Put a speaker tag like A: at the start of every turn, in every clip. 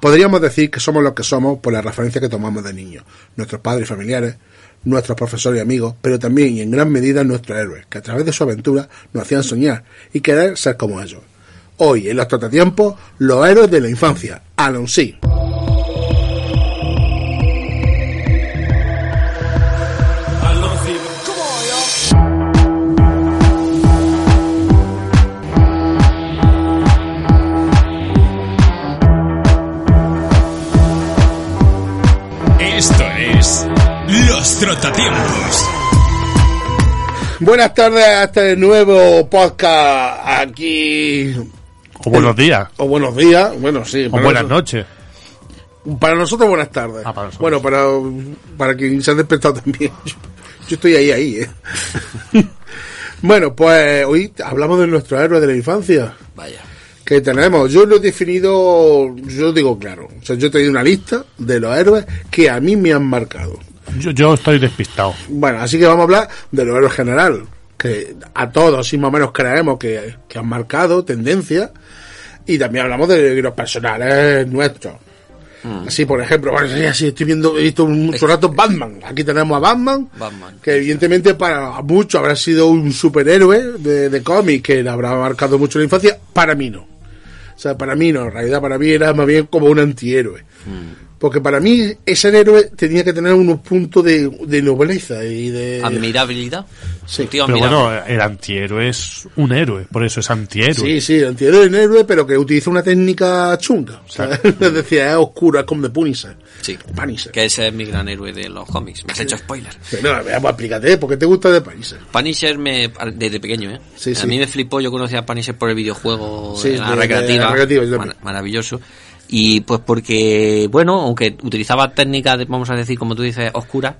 A: Podríamos decir que somos lo que somos por la referencia que tomamos de niños, nuestros padres y familiares, nuestros profesores y amigos, pero también y en gran medida nuestros héroes, que a través de su aventura nos hacían soñar y querer ser como ellos. Hoy, en los Tratatiempos, los héroes de la infancia, Alonsí.
B: Esto es Los Trotatiempos.
A: Buenas tardes a este nuevo podcast aquí.
C: O buenos días.
A: O buenos días, bueno, sí.
C: O
A: para
C: buenas
A: nosotros-
C: noches.
A: Para nosotros, buenas tardes.
C: Ah, para nosotros.
A: bueno, para, para quien se ha despertado también. Yo, yo estoy ahí, ahí, ¿eh? bueno, pues hoy hablamos de nuestros héroes de la infancia.
D: Vaya.
A: que tenemos. Yo lo he definido, yo digo claro. O sea, yo he tenido una lista de los héroes que a mí me han marcado.
C: Yo, yo estoy despistado.
A: Bueno, así que vamos a hablar de los héroes general, que a todos, sí, más o menos, creemos que, que han marcado tendencia. Y también hablamos de los personales nuestros. Así, por ejemplo, bueno, sí, así estoy viendo, he visto mucho rato Batman. Aquí tenemos a Batman,
D: Batman.
A: que evidentemente para muchos habrá sido un superhéroe de, de cómic que le habrá marcado mucho la infancia. Para mí no. O sea, para mí no. En realidad, para mí era más bien como un antihéroe. Porque para mí ese héroe tenía que tener unos puntos de, de nobleza y de...
D: Admirabilidad.
A: Sí.
D: Un tío
C: Pero
D: admirable.
C: bueno, el antihéroe es un héroe, por eso es antihéroe.
A: Sí, sí, antihéroe en héroe, pero que utiliza una técnica chunga. O sea, les decía, es oscura, es como de Punisher.
D: Sí.
A: Punisher.
D: Que ese es mi gran héroe de los cómics. Me has hecho spoiler.
A: Pero, no, veamos, explícate, ¿por qué te gusta de Punisher?
D: Punisher me, desde pequeño, ¿eh?
A: Sí,
D: a
A: sí.
D: mí me flipó, yo conocía a Punisher por el videojuego,
A: Sí,
D: de
A: de-
D: la
A: de
D: recreativa,
A: la recreativa, yo también.
D: mar- maravilloso. Y pues porque, bueno, aunque utilizaba técnicas, de- vamos a decir, como tú dices, oscuras,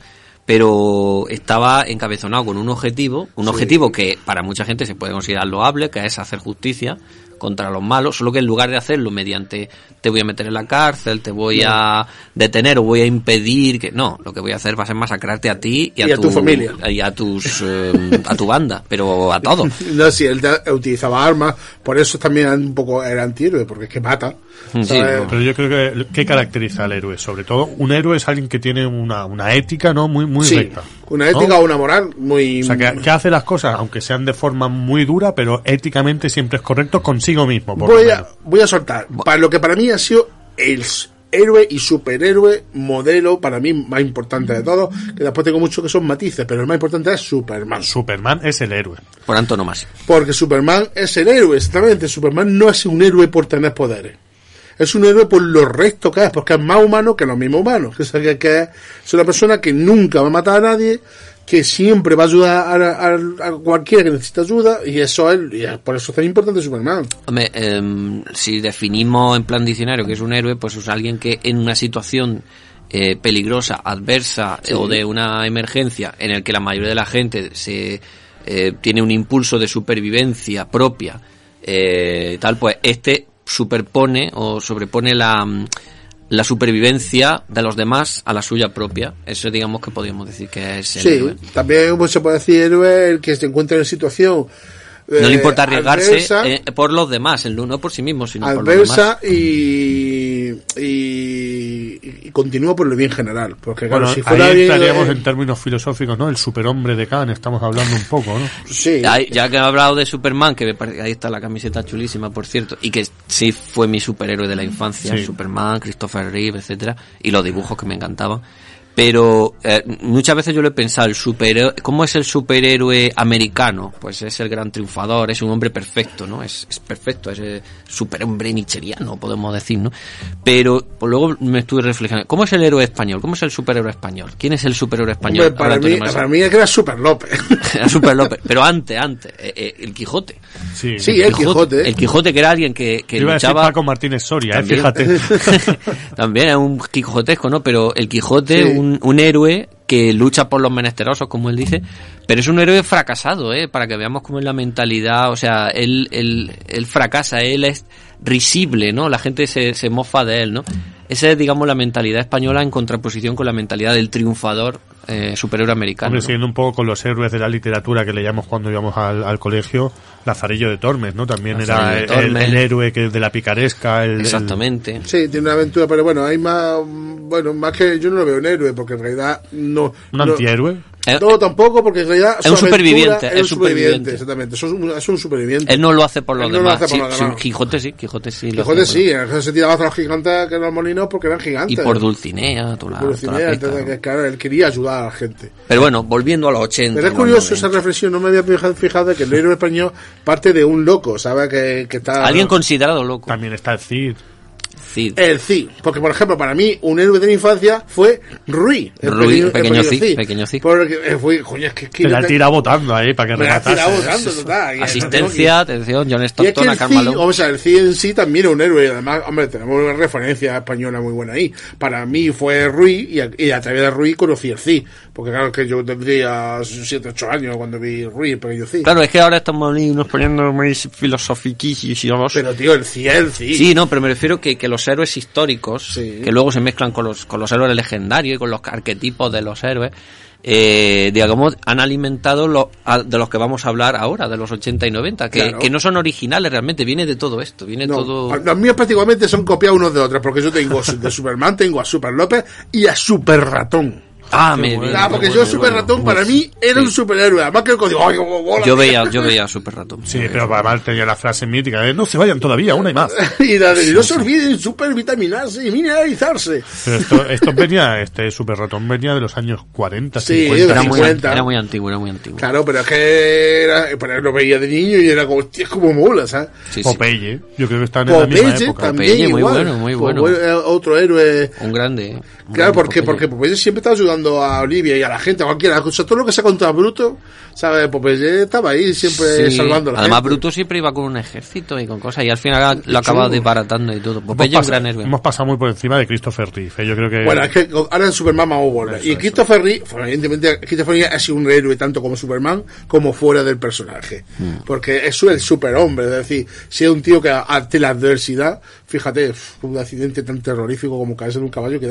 D: pero estaba encabezonado con un objetivo, un objetivo que para mucha gente se puede considerar loable, que es hacer justicia contra los malos, solo que en lugar de hacerlo mediante te voy a meter en la cárcel, te voy a detener o voy a impedir que no, lo que voy a hacer va a ser masacrarte a ti y,
A: Y a tu familia.
D: y a tus eh, a tu banda, pero a todos.
A: No, sí, él da- utilizaba armas, por eso también un poco era antihéroe, porque es que mata. eh,
D: Sí,
A: ¿sabes?
D: no.
C: Pero yo creo que ¿qué caracteriza al héroe? Sobre todo, un héroe es alguien que tiene una, una ética, ¿no? Muy, muy
A: Sí,
C: recta.
A: una
C: ¿no?
A: ética o una moral muy...
C: O sea, que, que hace las cosas, aunque sean de forma muy dura, pero éticamente siempre es correcto consigo mismo. Por lo
A: voy, a,
C: menos.
A: voy a soltar. Para lo que para mí ha sido el s- héroe y superhéroe modelo, para mí más importante de todos, que después tengo muchos que son matices, pero el más importante es Superman.
C: Superman es el héroe.
D: Por antonomasia.
A: Porque Superman es el héroe, exactamente. Superman no es un héroe por tener poderes. Es un héroe por lo recto que es, porque es más humano que los mismos humanos. O sea, que, que es una persona que nunca va a matar a nadie, que siempre va a ayudar a, a- a cualquiera que necesita ayuda, y eso es, y es- por eso es tan importante Superman.
D: Hombre, em, si definimos en plan diccionario que es un héroe, pues es alguien que en una situación eh, peligrosa, adversa eh, o de una emergencia en el que la mayoría de la gente se eh, tiene un impulso de supervivencia propia, eh, tal pues este superpone o sobrepone la mm, la supervivencia de los demás a la suya propia. Eso digamos que podríamos decir que es el
A: Sí,
D: héroe.
A: también pues, se puede decir héroe el que se encuentra en situación.
D: No
A: eh,
D: le importa arriesgarse
A: adversa,
D: eh, por los demás, el- no por sí mismo, sino por los demás.
A: adversa y, y, y continúa por lo bien general. Porque claro,
C: Bueno,
A: si fuera
C: ahí
A: bien,
C: entraríamos
A: eh,
C: en términos filosóficos, ¿no? El superhombre de Khan, estamos hablando un poco, ¿no?
A: sí,
D: Ahí- ya que he hablado de Superman, que me parece- ahí está la camiseta chulísima, por cierto, y que sí fue mi superhéroe de la infancia,
C: Sí.
D: Superman, Christopher Reeve, etcétera, y los dibujos que me encantaban. Pero eh, muchas veces yo lo he pensado, el superhéroe, ¿cómo es el superhéroe americano? Pues es el gran triunfador, es un hombre perfecto, ¿no? Es, es perfecto, es eh, superhombre nicheriano, podemos decir, ¿no? Pero pues, luego me estuve reflexionando, ¿cómo es el héroe español? ¿Cómo es el superhéroe español? ¿Quién es el superhéroe español?
A: hombre, para,
D: Antonio
A: mí,
D: Masa.
A: para mí es que era Super López.
D: Era Super López, pero antes, antes, eh, eh, el Quijote.
C: Sí,
A: Sí, el Quijote. eh.
D: El Quijote que era alguien que, que
C: Yo iba a decir
D: luchaba.
C: Paco Martínez Soria, eh,
D: También.
C: fíjate.
D: También es un quijotesco, ¿no? Pero el Quijote,
A: Sí.
D: un, un héroe que lucha por los menesterosos, como él dice, pero es un héroe fracasado, ¿eh? Para que veamos cómo es la mentalidad, o sea, él, él, él fracasa, él es risible, ¿no? La gente se, se mofa de él, ¿no? Esa es, digamos, la mentalidad española en contraposición con la mentalidad del triunfador eh, superhéroe americano.
C: Hombre,
D: ¿no?
C: siguiendo un poco con los héroes de la literatura que leíamos cuando íbamos al, al colegio, Lazarillo de Tormes, ¿no? También
D: Lazarillo
C: era
D: de
C: el,
D: Tormes.
C: el héroe que de la picaresca, el, el-
D: Exactamente.
A: Sí, tiene una aventura, pero bueno, hay más. mm, Bueno, más que yo no lo veo un héroe, porque en realidad no.
C: un
A: no-
C: antihéroe.
D: Eh,
A: No, tampoco, porque en realidad.
D: Es
A: su
D: un
A: aventura
D: superviviente,
A: Es
D: es
A: un superviviente,
D: superviviente.
A: exactamente. Es un, es un superviviente.
D: Él no lo hace por los
A: Él no lo
D: demás.
A: hace por
D: Sí,
A: los
D: sí,
A: demás.
D: Quijote sí, Quijote sí. lo
A: Quijote
D: hace por-
A: sí, en realidad se tiraba a los gigantes que eran los molinos porque eran gigantes.
D: Y por ah, Dulcinea, toda la-
A: Por
D: toda la
A: Dulcinea,
D: pesca,
A: entonces,
D: ¿no?
A: que, claro, él quería ayudar a la gente.
D: Pero bueno, volviendo a los 80.
A: Pero es
D: los
A: curioso
D: 90.
A: esa reflexión, no me había fija- fijado de que el héroe español parte de un loco, ¿sabes? Que, que está...
D: Alguien considerado loco.
C: También está el Cid.
D: Cid.
A: El Cid. Porque, por ejemplo, para mí, un héroe de la infancia fue Rui.
D: Rui, pequeño Cid, pequeño Cid.
A: Porque eh, fue, coño, es que... es que
C: Te la
A: yo te-
C: tira votando ahí para que
A: Me la
C: rematase.
A: tira votando, total. eh, y-
D: Asistencia, atención, John
A: Y es que
D: Stockton a
A: el
D: Karl
A: CID,
D: Malone.
A: o sea, el CID en sí también es un héroe. Además, hombre, tenemos una referencia española muy buena ahí. Para mí fue Rui y a, y a través de Rui conocí el CID. Porque claro, que yo tendría 7, 8 años cuando vi Rui, el pequeño CID.
D: Claro, es que ahora estamos ahí nos poniendo muy filosofiquísimos.
A: Pero tío, el CID, el CID.
D: Sí, no, pero me refiero que, que los héroes históricos,
A: Sí.
D: que luego se mezclan con los, con los héroes legendarios y con los arquetipos de los héroes, eh, digamos, han alimentado lo, a- de los que vamos a hablar ahora, de los 80 y 90, que,
A: Claro.
D: que no son originales realmente, viene de todo esto, viene
A: No,
D: todo...
A: Los míos prácticamente son copiados unos de otros, porque yo tengo su- de Superman, tengo a Super López y a Super Ratón.
D: Ah, me viene,
A: Ah, porque
D: bueno,
A: yo Super
D: bueno,
A: Ratón
D: bueno.
A: para mí era un superhéroe. Además que el código, ¡ay, cómo mola,
D: Yo
A: tío!
D: veía, yo veía a Super Ratón.
C: Sí, pero además tenía la frase mítica de no se vayan todavía, una y más.
A: y la de, no se olviden supervitaminarse y mineralizarse.
C: Pero esto, esto venía, este super ratón venía de los años 40,
A: Sí,
C: 50.
D: Era muy,
A: 50.
D: era muy antiguo, era muy antiguo.
A: Claro, pero es que era, pero lo veía de niño y era como, hostia, es como mola, ¿sabes?
D: Sí, sí.
C: Popeye. Yo creo que están en la misma
A: Popeye
C: época.
A: también
D: Popeye, muy
A: igual.
D: bueno, muy bueno.
A: Popeye, eh, otro héroe.
D: Un grande. eh. Un
A: Claro,
D: grande
A: porque,
D: Popeye.
A: porque Popeye siempre estaba ayudando a Olivia y a la gente, a cualquiera. O sea, todo lo que se ha contado a Bruto, ¿sabes? Popeye estaba ahí siempre
D: Sí,
A: salvando a la
D: Además,
A: gente.
D: Bruto siempre iba con un ejército y con cosas, y al final lo acaba desbaratando y todo.
C: Hemos,
D: Popeye es un
C: Pues pasa-
D: gran héroe.
C: hemos pasado muy por encima de Christopher Reeve. eh, Yo creo que.
A: Bueno, es que ahora en Superman vamos a volver.
C: Eso,
A: Y
C: eso.
A: Christopher Reeve, bueno, evidentemente, Christopher Reeve ha sido un héroe tanto como Superman como fuera del personaje. Porque es el superhombre, es decir, si es un tío que ante la adversidad, fíjate, pf, un accidente tan terrorífico como caerse de un caballo que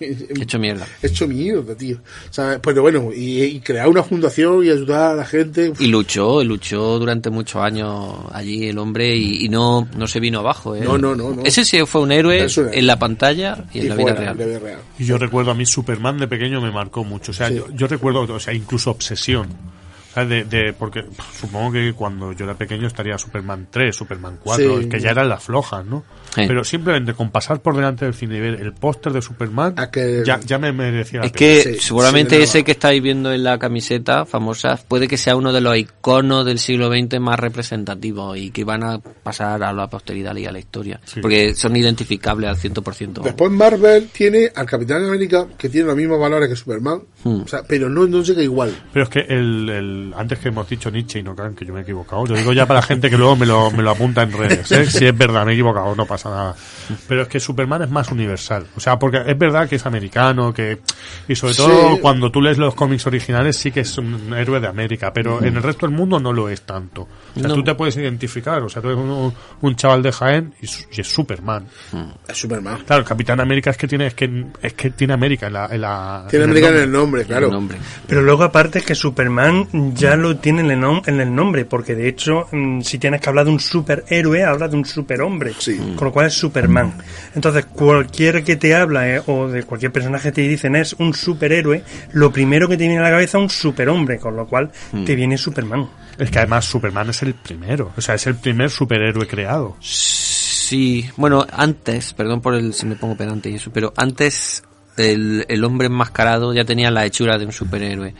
D: Hecho mierda.
A: hecho mierda, tío. ¿Sabes? Pero bueno, y, y crear una fundación y ayudar a la gente. pf,
D: Y luchó, y luchó durante muchos años allí el hombre y, y no, no se vino abajo. ¿eh?
A: No, no, no, no.
D: Ese sí fue un héroe
A: Es un héroe.
D: en la pantalla y en
A: y
D: la vida
A: fuera,
D: real.
A: la vida real.
C: Y yo recuerdo a mí Superman de pequeño me marcó mucho. O sea,
A: Sí.
C: yo, yo recuerdo, o sea, incluso obsesión. O sea, de, de- porque pff, supongo que cuando yo era pequeño estaría Superman 3, Superman 4,
A: Sí.
C: que ya eran las flojas, ¿no?
D: Sí.
C: Pero simplemente con pasar por delante del cine y ver el póster de Superman,
A: Aquel-
C: ya, ya me merecía la
D: Es
C: pena.
D: que
A: Sí,
D: seguramente
A: sí, de
D: ese
A: nada.
D: que estáis viendo en la camiseta famosa puede que sea uno de los iconos del siglo XX más representativos y que van a pasar a la posteridad y a la historia.
C: Sí.
D: Porque son identificables al 100%.
A: Después Marvel tiene al Capitán América, que tiene los mismos valores que Superman,
D: Hmm.
A: o sea, pero no, no llega igual.
C: Pero es que el, el- antes que hemos dicho Nietzsche y no crean que yo me he equivocado, lo digo ya para la gente que luego me lo, me lo apunta en redes, ¿eh? si es verdad, me he equivocado, no pasa nada. Pero es que Superman es más universal, o sea, porque es verdad que es americano, que y sobre todo
A: Sí.
C: cuando tú lees los cómics originales sí que es un héroe de América, pero en el resto del mundo no lo es tanto. O sea,
D: No.
C: tú te puedes identificar, o sea, tú eres un, un chaval de Jaén y, su- y es Superman.
A: Es Superman.
C: Claro, el Capitán América es que tiene, es que, es que tiene América en la... en la-
A: Tiene
C: en el
A: América en
C: nombre.
A: el nombre, claro.
D: El nombre.
E: Pero luego aparte es que Superman ya lo tiene en el, nom- en el nombre, porque de hecho mm, si tienes que hablar de un superhéroe, hablas de un superhombre,
A: Sí.
E: con lo cual es Superman. Entonces cualquier que te habla eh, o de cualquier personaje te dicen es un superhéroe, lo primero que te viene a la cabeza es un superhombre, con lo cual te viene Superman.
C: Es que además Superman es el primero, o sea, es el primer superhéroe creado.
D: Sí, bueno, antes, perdón por el si me pongo pedante y eso, pero antes el, el hombre enmascarado ya tenía la hechura de un superhéroe.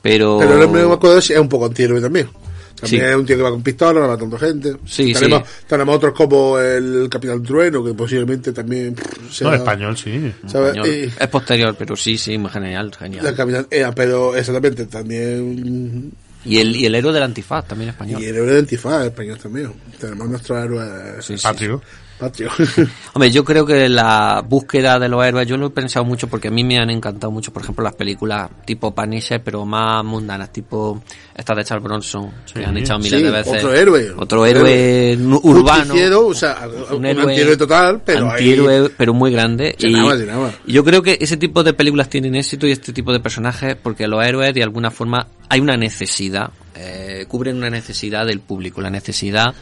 D: Pero,
A: Pero el hombre de Macodo es un poco antihéroe también. También
D: Oh. Sí.
A: es un tío que va con pistola, va matando gente.
D: Sí,
A: tenemos,
D: sí.
A: tenemos otros como el Capitán Trueno, que posiblemente también pff, sea-
C: No, español, sí.
A: ¿sabes?
D: español.
A: Eh,
D: es posterior, pero sí, sí, genial, genial.
A: la Capitán- eh, pero exactamente, también.
D: Y el, y el héroe del antifaz también
A: Y
D: español.
A: el héroe de Antifaz, español también. Tenemos nuestros héroes
D: Sí, sí.
C: Patrio.
A: patio.
D: Hombre, yo creo que la búsqueda de los héroes, yo lo he pensado mucho porque a mí me han encantado mucho, por ejemplo, las películas tipo Punisher, pero más mundanas, tipo estas de Charles Bronson, se han echado miles
A: Sí,
D: de veces.
A: otro héroe.
D: Otro héroe nu- urbano.
A: Justiciero, o sea, un antihéroe total, pero
D: antihéroe,
A: ahí-
D: pero muy grande.
A: Llenaba,
D: y,
A: llenaba.
D: y yo creo que ese tipo de películas tienen éxito y este tipo de personajes, porque los héroes de alguna forma hay una necesidad, eh, cubren una necesidad del público, la necesidad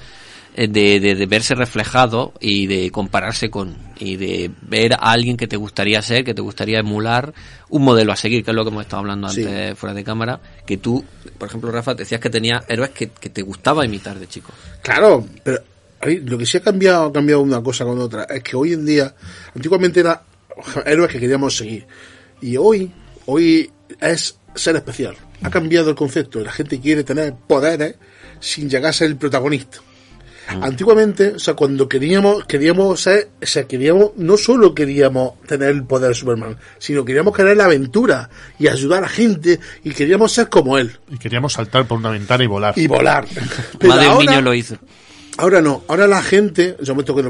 D: eh, de, de- de verse reflejado y de compararse con, y de ver a alguien que te gustaría ser, que te gustaría emular, un modelo a seguir, que es lo que hemos estado hablando
A: Sí.
D: antes fuera de cámara, que tú, por ejemplo, Rafa, decías que tenía héroes que, que te gustaba imitar de chico.
A: Claro, pero ay, lo que sí ha cambiado, ha cambiado una cosa con otra. Es que hoy en día, antiguamente era héroes que queríamos seguir. Y hoy, hoy es ser especial. Ha cambiado el concepto. La gente quiere tener poderes sin llegar a ser el protagonista. Antiguamente, o sea, cuando queríamos, queríamos ser, o sea, queríamos, no solo queríamos tener el poder de Superman, sino queríamos querer la aventura y ayudar a la gente y queríamos ser como él
C: Y queríamos saltar por una ventana y volar.
A: y volar.
D: Madre del
A: ahora-
D: niño lo hizo.
A: Ahora no, ahora la gente, yo me toco a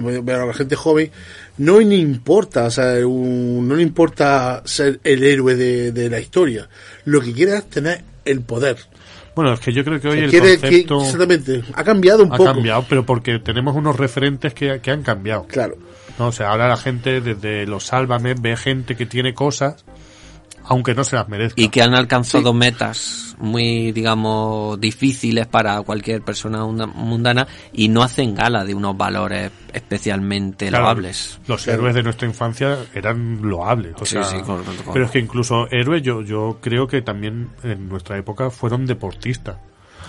A: la gente joven, no le importa, o sea, un- no le importa ser el héroe de, de la historia. Lo que quiere es tener el poder.
C: Bueno, es que yo creo que hoy el
A: Quiere que-
C: concepto
A: exactamente, ha cambiado un
C: ha
A: poco.
C: cambiado, pero porque tenemos unos referentes que, que han cambiado.
A: Claro.
C: No, o sea, ahora la gente desde los Sálvame ve gente que tiene cosas, aunque no se las merezca.
D: y que han alcanzado metas muy, digamos, difíciles para cualquier persona hunda- mundana y no hacen gala de unos valores especialmente
C: Claro,
D: loables.
C: Los héroes de nuestra infancia eran loables. o
D: Sí,
C: sea,
D: sí, con- con-
C: Pero es que incluso héroes, yo, yo creo que también en nuestra época fueron deportistas.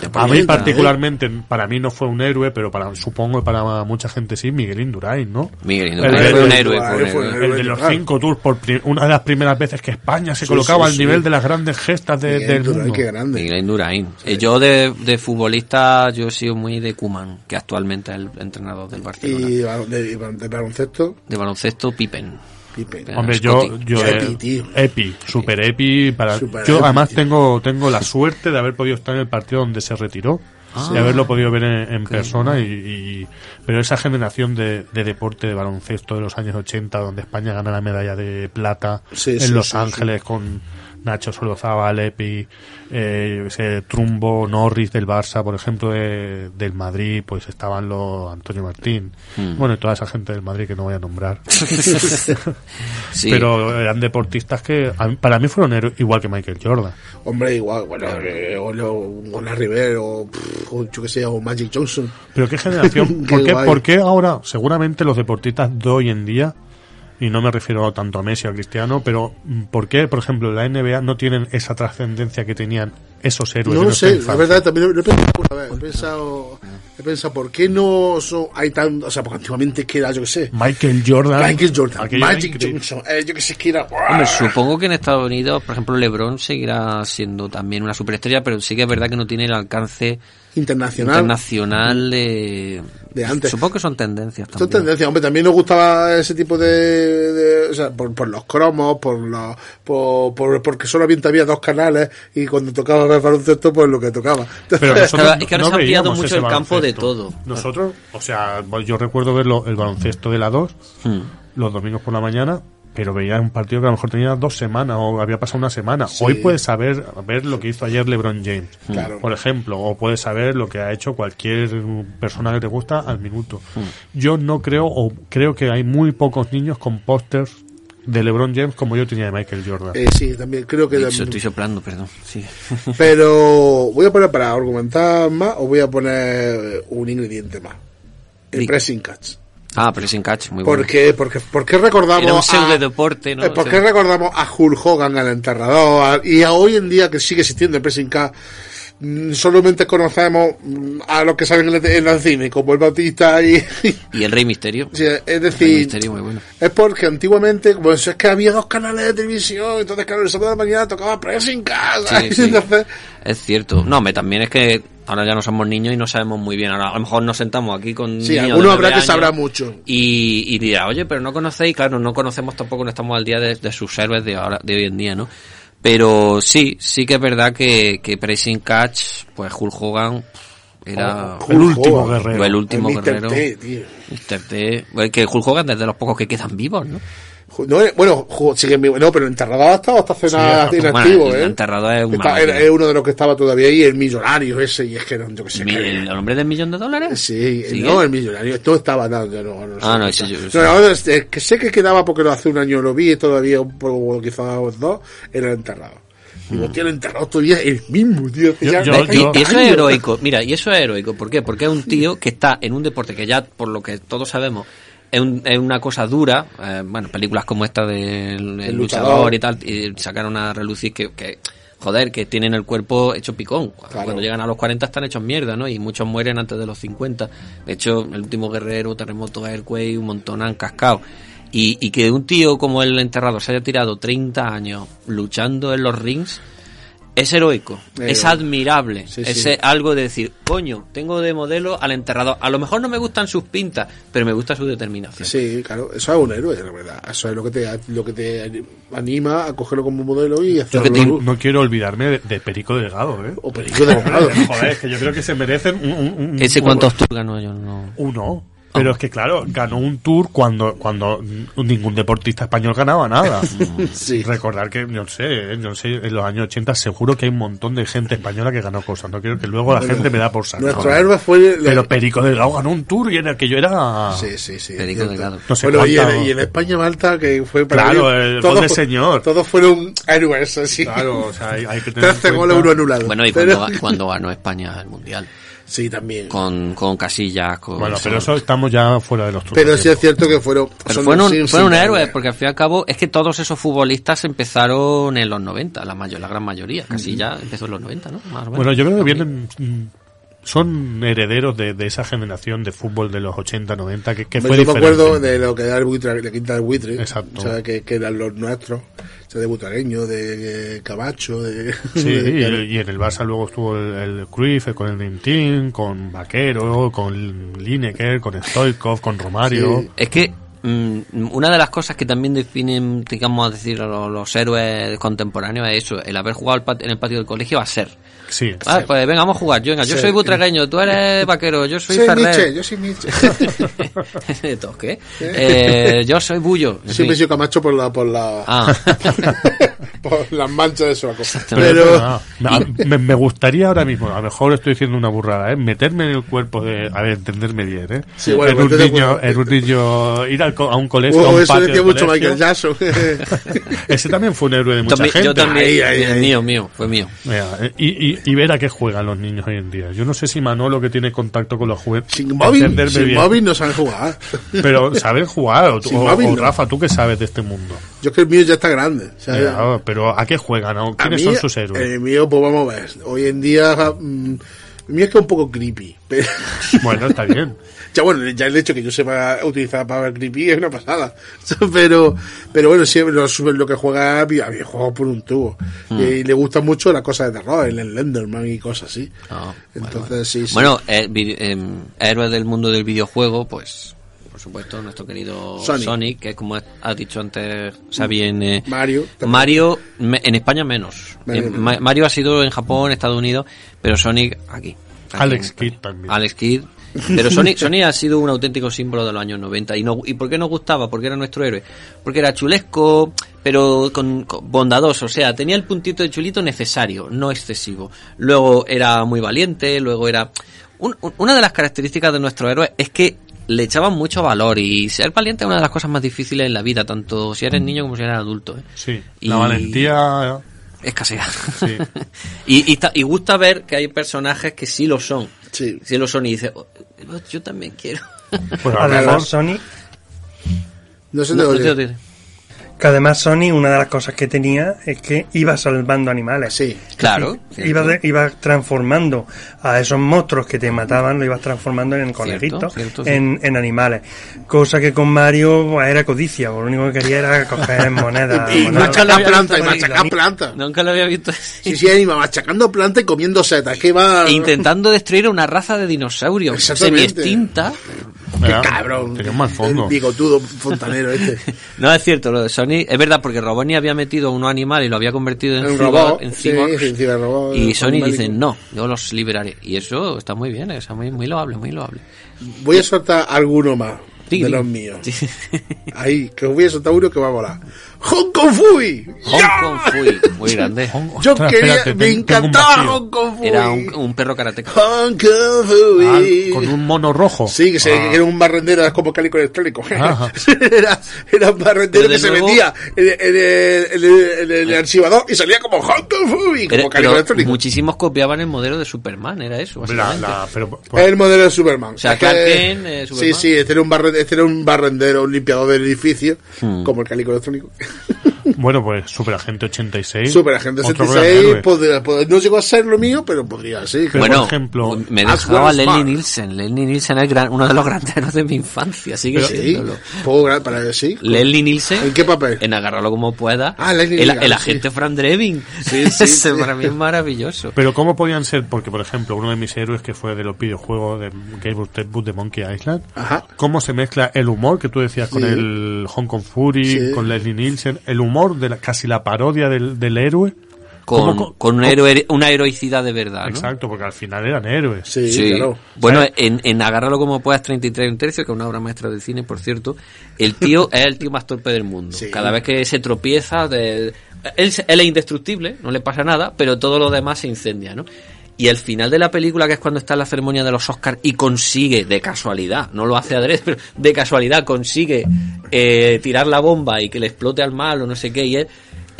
C: A mí
D: Deportistas,
C: particularmente, para mí no fue un héroe, pero para supongo que para mucha gente sí, Miguel Indurain, ¿no?
D: Miguel
C: El
D: Indurain
C: héroe
D: fue un
C: de-
D: héroe. fue un
A: fue un
D: héroe.
A: héroe.
C: El de los
A: claro.
C: cinco tours, por pri- una de las primeras veces que España se
A: Sí,
C: colocaba
A: sí,
C: al
A: sí.
C: nivel de las grandes gestas de-
A: Miguel
C: Eh, del
A: Durán,
C: mundo.
A: qué grande.
D: Miguel Indurain. Eh, Yo de, de futbolista, yo he sido muy de Kuman, que actualmente es el entrenador del Barcelona.
A: Y ba- de, de- de baloncesto,
D: De baloncesto, Pippen.
A: Pipe.
D: Claro.
C: Hombre,
D: Scotty.
C: yo, yo
A: Epi,
C: eh,
A: tío.
C: Epi, super Epi. Para,
A: Super
C: yo
A: Epi,
C: además
A: tío.
C: tengo tengo la suerte de haber podido estar en el partido donde se retiró
A: Ah.
C: y haberlo podido ver en, en persona. Y, y- pero esa generación de, de deporte de baloncesto de los años 80, donde España gana la medalla de plata
A: Sí,
C: en
A: sí,
C: Los
A: sí,
C: Ángeles con Nacho Solozábal, Epi, eh, yo qué sé, Trumbo, Norris del Barça, por ejemplo, de- del Madrid, pues estaban los Antonio Martín.
A: Hmm.
C: Bueno, y toda esa gente del Madrid que no voy a nombrar.
D: Sí.
C: Pero eran deportistas que a mí- para mí fueron héroes, igual que Michael Jordan.
A: Hombre, igual, bueno, eh, o lo- o la Rivera, o, pff, o yo que sé, o Magic Johnson.
C: Pero qué generación,
A: Qué
C: ¿por qué,
A: guay.
C: por qué ahora seguramente los deportistas de hoy en día, y no me refiero tanto a Messi o a Cristiano, pero mm, por qué, por ejemplo, la NBA no tienen esa trascendencia que tenían esos héroes?
A: No
C: de
A: lo
C: nuestra
A: sé, la
C: infancia?
A: verdad también lo he pensado alguna vez, He pensado, he pensado, ¿por qué no son, hay tan, o sea, porque antiguamente que era, yo que sé,
C: Michael Jordan.
A: Michael Jordan,
C: aquello era
A: Magic
C: increíble.
A: Johnson, eh, yo que sé que era,
D: Hombre, supongo que en Estados Unidos, por ejemplo, LeBron seguirá siendo también una superestrella, pero sí que es verdad que no tiene el alcance
A: internacional.
D: internacional de,
A: De antes.
D: Supongo que son tendencias
A: Esto es
D: también.
A: tendencia, hombre, también nos gustaba ese tipo de, de- o sea, por, por los cromos, por los, por, por- porque solamente había dos canales y cuando tocaba el baloncesto, pues lo que tocaba.
C: Pero nosotros
D: Es que ahora
C: no
D: se ha ampliado
C: veíamos
D: mucho
C: ese
D: el campo de
C: baloncesto.
D: todo.
C: Nosotros, o sea, yo recuerdo ver lo- el baloncesto de la 2
D: Hmm.
C: los domingos por la mañana, pero veía un partido que a lo mejor tenía dos semanas o había pasado una semana. Hoy puedes saber ver lo que hizo ayer LeBron James,
A: Hmm. Claro.
C: por ejemplo, o puedes saber lo que ha hecho cualquier persona que te gusta al minuto.
A: Hmm.
C: Yo no creo, o creo que hay muy pocos niños con pósters de LeBron James como yo tenía de Michael Jordan.
A: Eh, sí, también creo que
D: Dicho, estoy soplando, perdón. Sí.
A: Pero voy a poner para argumentar más o voy a poner un ingrediente más. El
D: Di-
A: pressing catch.
D: Ah, pero sin catch, muy bueno.
A: Porque, porque, porque
D: Era un
A: recordamos
D: pseudo
A: a,
D: deporte, ¿no?
A: eh, ¿Por
D: O
A: qué
D: sea,
A: recordamos a Hulk Hogan, al enterrador, a- y a hoy en día que sigue existiendo el pressing catch? mm, Solamente conocemos mm, a los que salen en el, en el cine, como el Bautista y...
D: y el Rey Misterio.
A: sí, es
D: El Rey
A: decir,
D: Misterio, muy bueno.
A: es porque antiguamente, como eso es que había dos canales de televisión, entonces claro, el sábado de la mañana tocaba pressing catch.
D: Sí, sí.
A: Entonces,
D: Es cierto. No, hombre, también es que ahora ya no somos niños y no sabemos muy bien. Ahora, a lo mejor nos sentamos aquí con.
A: Sí,
D: niños de
A: alguno
D: nueve
A: habrá que
D: años
A: sabrá mucho.
D: Y, y dirá, oye, pero no conocéis, claro, no conocemos tampoco, no estamos al día de, de sus héroes de, ahora, de hoy en día, ¿no? Pero sí, sí que es verdad que, que Pressing Catch, pues Hulk Hogan, Era
A: Hulk
C: Ah, El último
A: Hogan.
C: guerrero.
D: el último
A: El Mr.
D: guerrero.
A: T, tío.
D: Mr. T. Bueno, que Hulk Hogan es de los pocos que quedan vivos, ¿no?
A: Ju- no, eh, bueno, ju- sigue en vivo. No, pero enterrado ha estado hasta hace nada
D: bueno,
A: inactivo,
D: el
A: ¿eh?
D: enterrado es una
A: Está-
D: máquina.
A: era- es uno de los que estaba todavía ahí, el millonario ese, y es que no, yo qué sé.
D: Mi-
A: qué-
D: ¿El hombre del millón de dólares?
A: Sí,
D: ¿Sigue?
A: no, el millonario, esto estaba dando. No, no, sé.
D: Ah, no, ese yo-
A: No, no, es- es que sé que quedaba porque lo hace un año lo vi y todavía un poco, quizás dos, era enterrado. Digo, tío, el enterrado todavía el mismo, tío. hace
C: Yo-
A: ya
C: yo-
D: ¿Ves? Hmm. Y-
C: yo-
D: y, eso
A: años.
D: es heroico. Mira, y eso es heroico. ¿Por qué? Porque es un tío que está en un deporte que ya, por lo que todos sabemos, es, un- es una cosa dura. Eh, bueno, películas como esta del El luchador.
A: luchador.
D: y tal, y sacaron a relucir que, que, joder, que tienen el cuerpo hecho picón. Cuando,
A: Claro.
D: cuando llegan a los 40 están hechos mierda, ¿no? Y muchos mueren antes de los 50. De hecho, el último guerrero, terremoto, Airway, un montón han cascado. Y, y que un tío como el enterrado se haya tirado 30 años luchando en los rings, es heroico, es
A: Heroico.
D: admirable.
A: Sí,
D: es
A: sí.
D: algo de decir, coño, tengo de modelo al enterrador. A lo mejor no me gustan sus pintas, pero me gusta su determinación.
A: Sí, claro, eso es un héroe, la verdad. Eso es lo que te, lo que te anima a cogerlo como modelo y
C: Yo
A: hacerlo.
C: que tengo- no quiero olvidarme de, de Perico Delgado, ¿eh?
A: O peligro de abogado.
C: Joder, es que yo creo que se merecen un... un- un-
D: Ese
C: un-
D: cuántos tours ganó yo, no.
C: Uno.
A: Ah.
C: Pero es que, claro, ganó un tour cuando, cuando ningún deportista español ganaba nada.
A: Sí.
C: Recordar que, no sé, eh, no sé, en los años 80 seguro que hay un montón de gente española que ganó cosas. No quiero que luego la gente me da por saco.
A: Nuestro héroe fue. el-
C: Pero Perico Delgado ganó un tour y en el que yo era...
A: Sí, sí, sí.
D: Perico
A: cierto.
D: Delgado.
C: No sé
A: bueno, y
C: cuánto-
A: en, y en España Malta, que fue para.
C: Claro,
A: mí,
C: el gol del
A: fu-
C: señor.
A: Todos fueron héroes, así.
C: Claro, o sea, hay, hay que tener en
A: 13 goles, uno
C: cuenta-
A: anulado.
D: Bueno, y
A: Pero-
D: cuando, cuando ganó España el Mundial,
A: Sí, también.
D: con, con Casillas, con...
C: Bueno, pero eso estamos ya fuera de los trucos.
A: Pero sí es cierto que fueron.
D: Pero
A: son-
D: fueron,
A: sí,
D: fueron
A: sí,
D: héroes,
A: también.
D: porque al fin y al cabo es que todos esos futbolistas empezaron en los 90, la, mayor, la gran mayoría, casi ya empezó en los 90, ¿no? Más o menos.
C: Bueno, yo creo que vienen. mm, Son herederos de, de esa generación de fútbol de los 80, 90, que, que fue
A: Yo me
C: diferente.
A: acuerdo de lo que era el buitre, la quinta del buitre.
C: Exacto.
A: O sea, que, que eran los nuestros. O sea, de Butragueño, de, eh, Cabacho, de.
C: Sí,
A: de-
C: y, y en el Barça luego estuvo el, el Cruyff, eh, con el Dream Team, con Vaquero, con Lineker, con Stoikov, con Romario.
A: Sí.
D: Es que mm, una de las cosas que también definen, digamos, a decir, a lo- los, héroes contemporáneos es eso, el haber jugado al pat- en el patio del colegio a ser.
C: Sí.
D: Ah, pues venga, vamos a jugar. Yo, venga, yo
A: Ser.
D: soy butragueño, tú eres vaquero, yo soy
A: Soy Nietzsche,
D: Ferrer.
A: yo soy Nietzsche.
D: De todos, ¿qué? Eh, yo soy Bullo. en
A: Siempre he
D: fin.
A: sido Camacho por la. Por la...
D: Ah,
A: por las manchas de su
C: Pero,
A: Pero.
C: ah, me- me, me gustaría ahora mismo, a lo mejor estoy diciendo una burrada, ¿eh? meterme en el cuerpo de. A ver, entenderme bien, ¿eh?
A: Sí, bueno,
C: en, un
A: pues,
C: niño,
A: entonces,
C: en un niño, ir al co- a un colegio. a
A: Oh,
C: un
A: eso
C: patio
A: decía
C: de
A: mucho
C: colegio.
A: Michael Jackson.
C: Ese también fue un héroe de mucha
D: también-
C: gente.
D: yo también.
A: Ahí, ahí, ahí.
D: Mío, mío, fue mío.
C: Mira, eh, y, y, y ver a qué juegan los niños hoy en día. Yo no sé si Manolo, que tiene contacto con los juguetes,
A: sin móvil,
C: entenderme
A: sin
C: bien,
A: móvil no saben jugar.
C: pero saber jugar. O, tú-
A: Sin
C: o-
A: móvil
C: o
A: no.
C: Rafa, tú que sabes de este mundo.
A: Yo es que el mío ya está grande. o sea,
C: Mira, pero ¿a qué juegan? ¿O
A: a
C: ¿Quiénes
A: mí,
C: son sus héroes?
A: El mío, pues vamos a ver. Hoy en día, mm, el mío es que es un poco creepy. Pero,
C: Bueno, está bien.
A: ya bueno, ya el hecho que yo sepa utilizar palabras creepy es una pasada. pero, pero bueno, siempre lo, lo que juega a mí a mí juega por un tubo.
C: Hmm.
A: Y le gustan mucho las cosas de terror, el Slenderman y cosas así.
D: Ah, bueno,
A: Entonces,
D: bueno.
A: sí, sí.
D: Bueno, eh, vide- em, héroes del mundo del videojuego, pues, por supuesto, nuestro querido
A: Sonic.
D: Sonic, que como has dicho antes, Xavi en... eh,
A: Mario, también.
D: Mario, me- en España menos.
A: Mario
D: En-
A: menos.
D: Ma- Mario ha sido en Japón, Estados Unidos, pero Sonic aquí. Aquí
C: Alex
D: en España.
C: Kidd también.
D: Alex Kidd. Pero Sonic, Sonic ha sido un auténtico símbolo de los años 90. ¿Y, no, ¿Y por qué nos gustaba? Porque era nuestro héroe. Porque era chulesco, pero con, con- bondadoso. O sea, tenía el puntito de chulito necesario, no excesivo. Luego era muy valiente, luego era... un- un- una de las características de nuestro héroe es que le echaban mucho valor y ser valiente es una de las cosas más difíciles en la vida, tanto si eres niño como si eres adulto. ¿eh?
C: Sí.
D: Y-
C: La valentía. eh.
D: escasea.
C: Sí.
D: y, y, ta- y gusta ver que hay personajes que sí lo son.
A: Sí.
D: Sí lo son y dices, "Oh, yo también quiero.
C: Pues a lo mejor-
E: Además, Sonic
A: No se te
D: No, no
A: oye.
D: te lo diré.
E: Que además Sony, una de las cosas que tenía es que iba salvando animales.
A: Ah, Sí.
D: Claro. cierto.
E: Iba, de- iba transformando a esos monstruos que te mataban, lo ibas transformando en conejitos,
D: cierto, sí.
E: en, en animales. Cosa que con Mario pues, era codicia, lo único que quería era coger
C: Ah,
E: monedas.
A: Y
E: monedas.
A: machacar planta, y
E: Bueno, y la
A: machacar
E: mi-
A: planta.
D: Nunca lo había visto así.
A: Sí, sí, ahí va machacando planta y comiendo setas. Que va.
D: Intentando destruir una raza de dinosaurios
A: Ah, Exactamente.
D: semi-extinta.
A: Qué
C: Era-
A: cabrón.
C: tenía más fondo.
A: El bigotudo fontanero este.
D: No es cierto, lo de Sony es verdad porque Robotnik había metido a unos animales y lo había convertido en,
A: En
D: cyborg,
A: robot,
D: en
A: sí,
D: cyborg.
A: en ciberrobot,
D: y
A: en
D: Sony
A: animalico.
D: dice no, yo los liberaré y eso está muy bien, está muy muy loable, muy loable.
A: Voy a soltar alguno más
D: Sí,
A: de
D: sí.
A: los míos.
D: Sí.
A: Ahí, que os voy a soltar uno que va a volar. Hong Kong Fui.
D: Hong Kong Fui, muy grande.
A: Yo
C: Oh, Ostras,
A: quería,
C: espérate,
A: me
C: ten- tengo un
A: encantaba
C: vacío. Ah,
A: Hong Kong Fui.
D: Era un, un perro karateca.
A: Hong Kong Fui.
C: Ah, con un mono rojo.
A: Sí, que, se, que era un barrendero, es como cálico electrónico.
C: Ajá.
A: era, era un barrendero
D: Pero de
A: que se
D: nuevo-
A: metía en, en el, en el- en el archivador y salía como Hong Kong Fui,
D: Pero-
A: como cálico
D: pero
A: electrónico.
D: muchísimos copiaban el modelo de Superman, era eso.
C: Pues La-
D: básicamente.
C: la- pero, pues,
A: Es el modelo de Superman.
D: sea,
A: Es que-
D: Clark Kent, eh, Superman.
A: Sí, sí, este era un, barre- este era un barrendero, un limpiador del edificio, como el cálico electrónico. Eh.
C: bueno, pues Superagente 86.
A: Super Agente
C: otro gran
A: 76,
C: héroe.
A: podría- pod- no llegó a ser lo mío, pero podría, sí.
C: Pero,
D: bueno,
C: por ejemplo,
D: me
A: Aswell
D: dejaba Lenny
A: Spark.
D: Nielsen. Lenny Nielsen es gran- uno de los grandes héroes de mi infancia, sigue
A: Sí,
D: siéndolo.
A: puedo gra- para decir.
D: Leslie Nielsen.
A: ¿En qué papel?
D: En agarrarlo como pueda.
A: Ah, Leslie
D: el,
A: Nielsen,
D: el
A: sí.
D: agente Fran Drebin.
A: Sí, sí,
D: Ese
A: sí.
D: para mí es maravilloso.
C: Pero ¿cómo podían ser? Porque, por ejemplo, uno de mis héroes que fue de los videojuegos de Game of Deadwood de Monkey Island,
A: Ajá.
C: ¿cómo se mezcla el humor que tú decías con
A: Sí.
C: el Hong Kong Fury,
A: Sí.
C: con Leslie Nielsen, el humor de la, casi la parodia del, del héroe?
D: Con,
C: ¿Cómo co-
D: con un
C: co-
D: héroe- una heroicidad de verdad, Ah, ¿no?
C: Exacto, porque al final eran héroes.
A: Sí,
D: Sí.
A: claro.
D: Bueno, en, en Agárralo como puedas 33 y un tercio, que es una obra maestra de cine, por cierto, el tío es el tío más torpe del mundo.
A: Sí.
D: Cada vez que se tropieza, de- él, se- él es indestructible, no le pasa nada, pero todo lo demás se incendia, ¿no? Y al final de la película, que es cuando está en la ceremonia de los Oscars y consigue, de casualidad, no lo hace adrede, pero de casualidad consigue eh, tirar la bomba y que le explote al mal o no sé qué, y él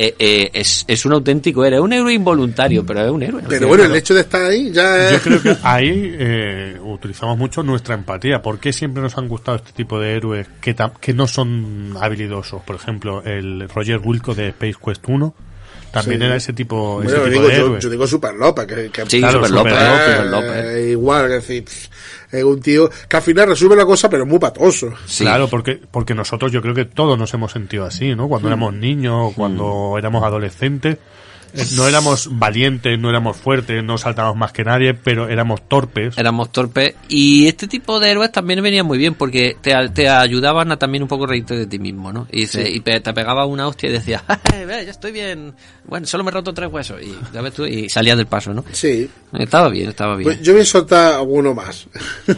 D: eh, eh, es, es un auténtico héroe, es un héroe involuntario, pero es un héroe. al
A: Pero
D: fin y
A: bueno,
D: al
A: el hecho de estar ahí ya
C: Yo
A: es.
C: creo que ahí eh, utilizamos mucho nuestra empatía. ¿Por qué siempre nos han gustado este tipo de héroes que, tam- que no son habilidosos? Por ejemplo, el Roger Wilco de Space Quest 1 también
A: Sí.
C: era ese tipo, ese
A: Bueno,
C: tipo
A: digo,
C: de
A: yo,
C: héroe.
A: yo digo Super López, que, que-
D: Sí,
C: Claro,
D: Super
C: Super
D: López,
C: López.
D: Super
A: eh,
D: López.
A: igual, es decir, pff, es un tío que al final resuelve la cosa, pero muy patoso.
D: Sí.
C: Claro, porque, porque nosotros yo creo que todos nos hemos sentido así, ¿no?
A: Hmm.
C: Cuando éramos niños, cuando éramos adolescentes, eh, no éramos valientes, no éramos fuertes, no saltábamos más que nadie, pero éramos torpes.
D: éramos torpes y este tipo de héroes también venían muy bien porque te, te ayudaban a también un poco reírte de ti mismo ¿no? y, se- y pe- te pegaba una hostia y decías "Ay, ve, yo estoy bien bueno solo me he roto tres huesos y, ya ves tú, y salías del paso ¿no?
A: Sí.
D: estaba bien estaba bien
A: Pues yo voy a soltar alguno más.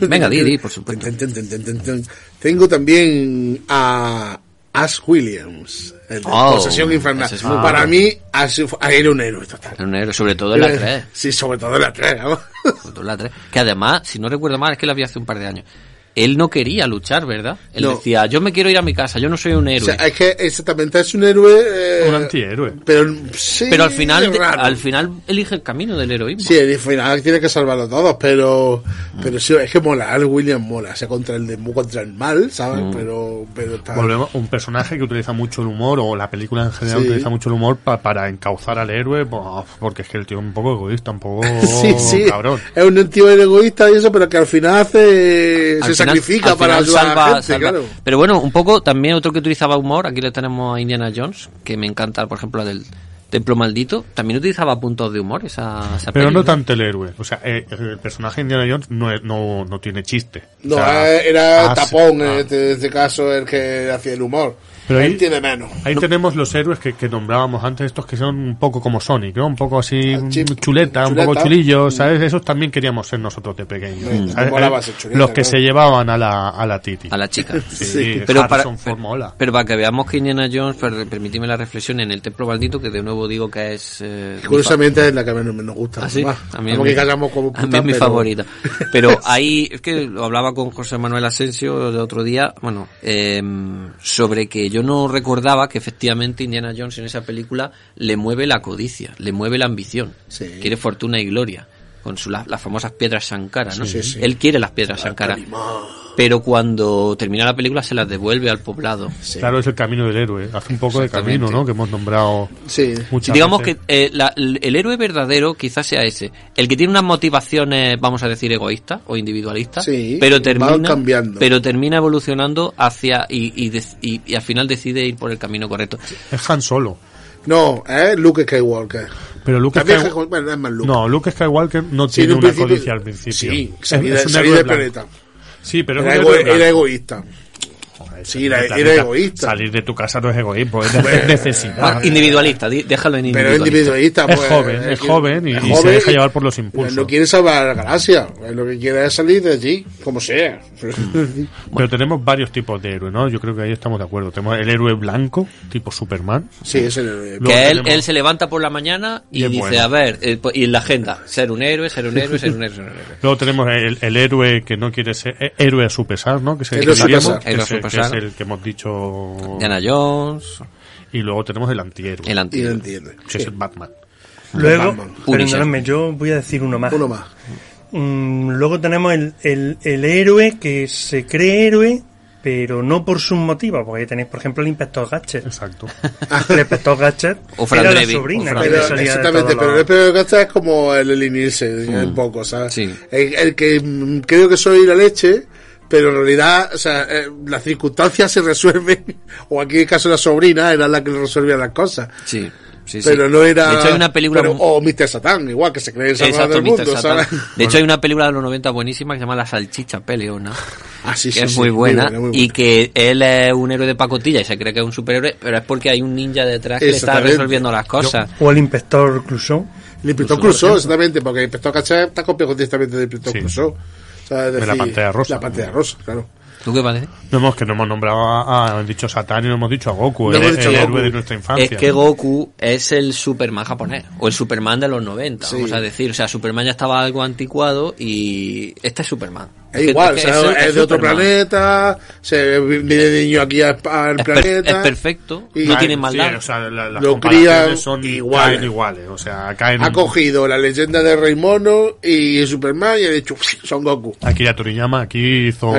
D: Venga, di, di, por supuesto.
A: Ten, ten, ten, ten, ten, ten. Tengo también a Ash Williams, el de
D: Oh,
A: Posesión Infernal.
D: ese es muy
A: Para
D: bueno.
A: mí, Ash fu- era un héroe total.
D: Era un héroe, sobre todo
A: Eh.
D: en la 3
A: Sí, sobre todo en la 3.
D: sobre todo en la 3 que además si no recuerdo mal es que la vi hace un par de años él no quería luchar ¿verdad? él
A: No.
D: decía yo me quiero ir a mi casa yo no soy un
A: O
D: héroe
A: sea, es que exactamente es un héroe. eh,
C: Un antihéroe.
A: Pero, sí,
D: pero al final
A: es raro.
D: al final elige el camino del heroísmo
A: Sí, al final tiene que salvarlo todos, pero pero sí, es que mola, Al Williams mola, o sea, contra el demo, contra el mal, ¿sabes?
D: Mm.
A: Pero pero está
C: Volvemos un personaje que utiliza mucho el humor, o la película en general
A: Sí.
C: utiliza mucho el humor pa- para encauzar al héroe, bo- porque es que el tío es un poco egoísta, un poco
A: Sí, sí.
C: cabrón.
A: Es un tío egoísta y eso, pero que al final hace,
D: Al
A: se
D: final-
A: sacrifica
D: al
A: para
D: final
A: ayudar a
D: salva-
A: la gente,
D: salva.
A: claro.
D: Pero bueno, un poco también otro que utilizaba humor, aquí le tenemos a Indiana Jones, que me encanta, por ejemplo, la del Templo Maldito, también utilizaba puntos de humor esa, esa
C: Pero no
D: película.
C: tanto el héroe. O sea, eh, el personaje de Indiana Jones no, es- no, no tiene chiste.
A: No,
C: O sea,
A: eh, era
C: hace-
A: Tapón en
C: ah.
A: este, este caso el que hacía el humor.
C: Pero
A: Él
C: ahí-
A: tiene menos.
C: Ahí tenemos los héroes que, que nombrábamos antes, estos que son un poco como Sonic, ¿no? Un poco así
A: Ah, chip-
C: mm, chuleta, un poco
A: chuleta.
C: chulillos, ¿sabes? Esos también queríamos ser nosotros de pequeños.
A: Mm.
C: ¿sabes? Eh,
A: Molaba ser chuleta,
C: los que
A: ¿no?
C: se llevaban a la, a la Titi.
D: A la chica.
C: Sí,
A: Sí.
D: Pero para,
C: Harrison Ford mola.
D: pero para que veamos que Indiana Jones, per- permitidme la reflexión, en el Templo Maldito, que de nuevo digo que es... eh, mi fa-
A: Curiosamente es la que menos nos gusta.
D: Ah, sí,
A: más.
D: a mí es
A: Como Pues que
D: mi-
A: callamos como
D: a mí
A: putas,
D: es mi
A: pero-
D: favorita. Pero ahí, es que lo hablaba con José Manuel Asensio el otro día, bueno, eh, sobre que yo no recordaba que efectivamente Indiana Jones en esa película le mueve la codicia, le mueve la ambición,
A: Sí.
D: quiere fortuna y gloria, con su- la- las famosas piedras Sankara, ¿no?
A: Sí, sí, sí.
D: Él quiere las piedras Sankara, pero cuando termina la película se las devuelve al poblado.
C: Claro, es el camino del héroe. Hace un poco de
D: Exactamente.
C: camino, ¿no? Que hemos nombrado
A: Sí.
C: muchas
D: Digamos
C: veces.
D: que eh, la- el el héroe verdadero quizás sea ese, el que tiene unas motivaciones, vamos a decir, egoístas o individualistas,
A: Sí,
D: pero
A: van
D: termina
A: cambiando.
D: pero termina evolucionando hacia y, y, dec- y- y al final decide ir por el camino correcto. Ah,
C: Es Han Solo.
A: No, ¿eh? Luke Skywalker.
C: Pero Luke
A: También
C: Skywalker...
A: Skywalker- bueno, es más Luke.
C: No, Luke Skywalker no
A: Sí, en
C: tiene
A: un
C: una
A: principio-
C: codicia al principio.
A: Sí,
C: Es-
A: salí, de-
C: es un
A: salí
C: héroe
A: del
C: blanco.
A: planeta.
C: Sí, pero
A: Era,
C: es un
A: ego-
C: héroe blanco.
A: era egoísta.
C: Joder,
A: Sí, era-
C: salir de la
A: era
C: vida-
A: egoísta.
C: Salir de tu casa no es egoísmo, es de-
D: Ah,
C: necesidad.
D: individualista, di- déjalo en
A: Pero es individualista.
D: individualista.
C: Es
A: pues,
C: joven, es
A: que-
C: joven y-
A: es
C: y se deja llevar por los impulsos.
A: No quiere salvar la galaxia. eh, Lo que quiere es salir de allí, como sea.
C: Pero tenemos varios tipos de héroes, ¿no? Yo creo que ahí estamos de acuerdo. Tenemos el héroe blanco, tipo Superman.
A: sí, ese era el-
C: Luego
D: Que él,
C: tenemos-
D: él se levanta por la mañana y,
C: Y es
D: dice,
C: bueno.
D: a ver, eh, pues, y en la agenda, ser un héroe, ser un héroe, ser un héroe, ser un héroe.
C: Luego tenemos el, el héroe que no quiere ser eh, héroe a su pesar, ¿no? Que es el
A: Héroe a
C: que,
A: su
C: sabíamos,
A: pesar.
C: que
D: Héroe a
C: es
D: su
C: el- que
D: pesar.
C: es el que hemos dicho.
D: Diana Jones,
C: Y luego tenemos el antihéroe,
D: el
A: Y lo
D: antiguo.
A: entiende.
C: que es el Batman.
E: Luego,
A: Batman.
E: perdonadme, yo voy a decir uno más.
A: Uno más.
E: Mm, luego tenemos el, el, el héroe que se cree héroe, pero no por sus motivos, porque ahí tenéis, por ejemplo, el inspector Gadget.
C: Exacto.
E: El inspector Gadget
D: O Fran
E: era la
D: Drebin, o
E: sobrina
D: Fran
E: que
A: Pero,
E: le
D: Drebin.
E: salía de
A: exactamente,
E: todos
A: pero
E: los-
A: el peor es como el elinirse un poco, ¿sabes?
D: Mm, Sí.
A: El, el que mm, creo que soy la leche, pero en realidad, o sea, eh, las circunstancias se resuelven, o aquí en el caso de la sobrina era la que resolvía las cosas.
D: Sí, sí, sí.
A: Pero no era.
D: De hecho, hay una película.
A: pero-
D: mu-
A: o Mr. Satan, igual que se cree el salvador
D: Exacto,
A: del
D: Mr.
A: mundo,
D: Satan.
A: ¿sabes?
D: De hecho, hay una película de los 90 buenísima que se llama La Salchicha Peleona.
A: Ah, sí,
D: que
A: sí,
D: es
A: sí,
D: muy buena,
A: muy buena.
D: y que él es un héroe de pacotilla y se cree que es un superhéroe, pero es porque hay un ninja detrás que le está
A: Exactamente.
D: resolviendo las cosas.
E: O el inspector Clouseau.
A: El inspector Crusoe, exactamente, porque el inspector Cachet está copiado directamente del inspector
C: Sí.
A: Crusoe. O sea, es
C: De la
A: decir,
C: Pantera Rosa.
A: La pantera rosa, claro.
D: ¿Tú qué parece?
C: No hemos, que no hemos nombrado a, a- hemos dicho Satán y no hemos dicho a Goku,
A: No
C: el,
A: hemos dicho
C: el
A: a Goku.
C: héroe de nuestra infancia.
D: Es que Goku es el Superman japonés, o el Superman de los 90,
A: Sí.
D: vamos a decir. O sea, Superman ya estaba algo anticuado y este es Superman.
A: Es
D: que-
A: igual,
D: que
A: o sea,
D: eso-
A: es, de otro
D: Superman.
A: planeta, se viene de niño aquí al, al
D: Es per-
A: planeta.
D: es perfecto,
A: y
D: no
C: Caen-
D: tiene
C: sí,
D: maldad.
C: o sea, la- las
A: Lo
C: comparaciones
A: crían
C: son
A: iguales.
C: caen iguales. O sea, caen.
A: Ha cogido la leyenda de Rey Mono y Superman y ha dicho, son Goku.
C: Aquí a Toriyama, aquí hizo.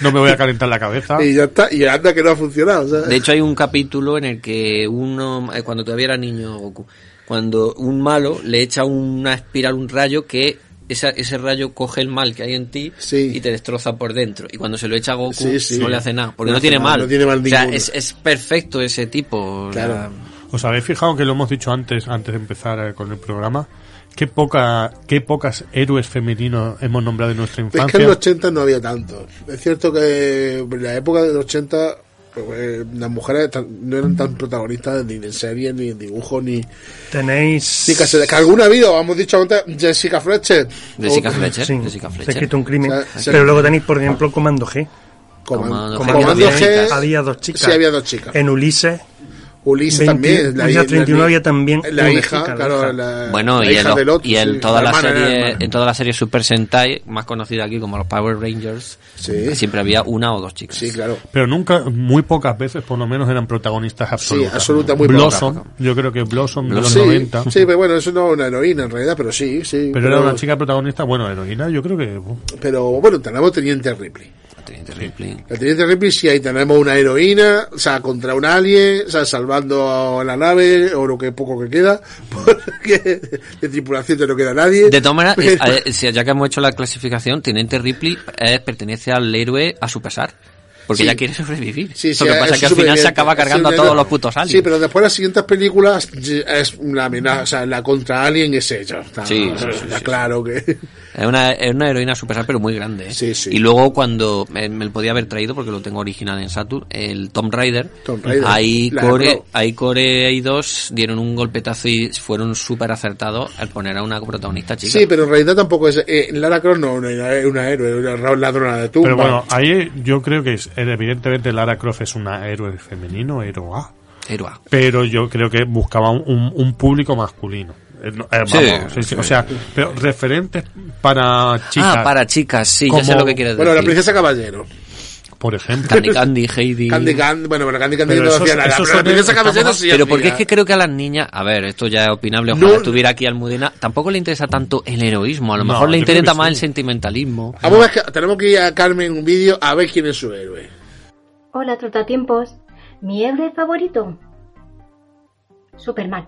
C: no me voy a calentar la cabeza.
A: y ya está, y anda que no ha funcionado. ¿sabes?
D: Ah. De hecho, hay un capítulo en el que uno, eh, cuando todavía era niño Goku, cuando un malo le echa una espiral, un rayo que esa- ese rayo coge el mal que hay en ti
A: Sí.
D: y te destroza por dentro. Y cuando se lo echa a Goku,
A: Sí, sí.
D: no le hace nada, porque
A: No
D: no,
A: hace
D: tiene
A: nada,
D: mal.
A: no tiene mal
D: o sea,
A: ninguno.
D: es, es perfecto ese tipo. o sea,
A: Claro.
C: ¿Os habéis fijado que lo hemos dicho antes, antes de empezar eh, con el programa? Qué, poca, qué pocas héroes femeninos hemos nombrado en nuestra
A: Es que
C: infancia.
A: en los 80 no había tanto. Es cierto que en la época de los 80 pues, eh, las mujeres tan- no eran tan protagonistas ni en series, ni en dibujos, ni...
E: Tenéis.
A: ni que, se, que alguna ha habido, hemos dicho antes, Jessica Fletcher.
D: Jessica
A: O-
D: Fletcher.
E: Sí,
D: Jessica
E: se ha
D: Fletcher.
E: escrito un crimen.
A: O sea, se-
E: pero luego tenéis, por ejemplo, Comando G.
A: Comando,
D: Comando
A: Comando
E: G, había-
A: G.
E: había dos chicas.
A: Sí, había dos chicas.
E: En Ulises.
A: Ulises
E: 20,
A: también.
E: Ulises
A: hi-
E: 31
A: ni-
E: había también
A: La
E: una
A: hija,
E: chica, la
A: claro.
E: hija.
A: La,
D: Bueno,
A: la
D: y,
A: hija
D: en, lo-
A: del otro,
D: y en
A: sí,
D: toda la
A: hermana, era
D: serie,
A: hermana.
D: en toda la serie Super Sentai, más conocida aquí como los Power Rangers,
A: Sí.
D: siempre había una o dos chicas.
A: Sí, claro.
C: Pero nunca, muy pocas veces por lo menos eran protagonistas absolutas.
A: absoluta, muy
C: Blossom, yo creo que Blossom de los
A: sí,
C: 90.
A: sí, pero bueno, eso no es una heroína en realidad, pero sí, sí.
C: Pero era una chica protagonista, bueno, heroína, yo creo que... uh,
A: Pero bueno, tenemos Teniente Ripley.
D: La Teniente Ripley.
A: La Teniente Ripley, sí, ahí tenemos una heroína, o sea, contra un alien, o sea, salvando a la nave, o lo que poco que queda, porque de tripulación ya no queda nadie.
D: De todas maneras,
A: Pero-
D: eh, eh, si- ya que hemos hecho la clasificación, Teniente Ripley eh, pertenece al héroe a su pesar. Porque
A: Sí.
D: ella quiere sobrevivir.
A: Sí, sí,
D: Lo que pasa
A: es
D: es que al final se
A: superviviente.
D: acaba cargando
A: Sí,
D: a
A: no, no.
D: todos los putos aliens.
A: Sí, pero después las siguientes películas ye- es la amenaza, o sea, la contra alien es ella. Está,
D: Sí,
A: o sea,
D: sí, sí,
A: está
D: sí.
A: claro que.
D: Es una, es una heroína super sad, pero muy grande. ¿eh?
A: Sí, sí.
D: Y luego cuando me, me lo podía haber traído, porque lo tengo original en Saturn, el Tomb Raider.
A: Tomb Raider.
D: Ahí
A: La
D: Core,
A: Pro.
D: ahí Core y 2 dieron un golpetazo y fueron súper acertados al poner a una protagonista chica.
A: Sí, pero en realidad tampoco es. eh, Lara Croft no no es una héroe, es una ladrona de tumba.
C: Pero bueno, ahí yo creo que es- eh, evidentemente Lara Croft es una héroe femenino, héroa.
D: Héroa.
C: pero yo creo que buscaba un, un- un público masculino. Eh, no, eh,
D: Sí,
C: vamos, sí, sí, O sea, pero referentes para chicas,
D: Ah, para chicas, sí, ya sé
C: Como-
D: lo que quieres
A: Bueno, la
D: decir.
A: princesa caballero.
C: por ejemplo.
D: Candy Candy, Heidi.
A: Candy Candy, bueno, bueno, Candy Candy
C: Pero
A: no
C: esos-
A: hacía nada.
C: esos
A: Pero la
C: son-
A: princesa
C: estamos-
A: caballero sí.
D: pero
A: hacía.
D: porque es que creo que a las niñas, a ver, esto ya es opinable,
A: No.
D: ojalá estuviera aquí Almudena, tampoco le interesa tanto el heroísmo, a lo
C: No,
D: mejor le
C: yo creo
D: interesa
C: que
D: más
C: sí.
D: el sentimentalismo.
A: Vamos a ver, que tenemos que ir a Carmen un vídeo a ver quién es su héroe.
F: Hola, Trotatiempos. Mi héroe favorito. Superman.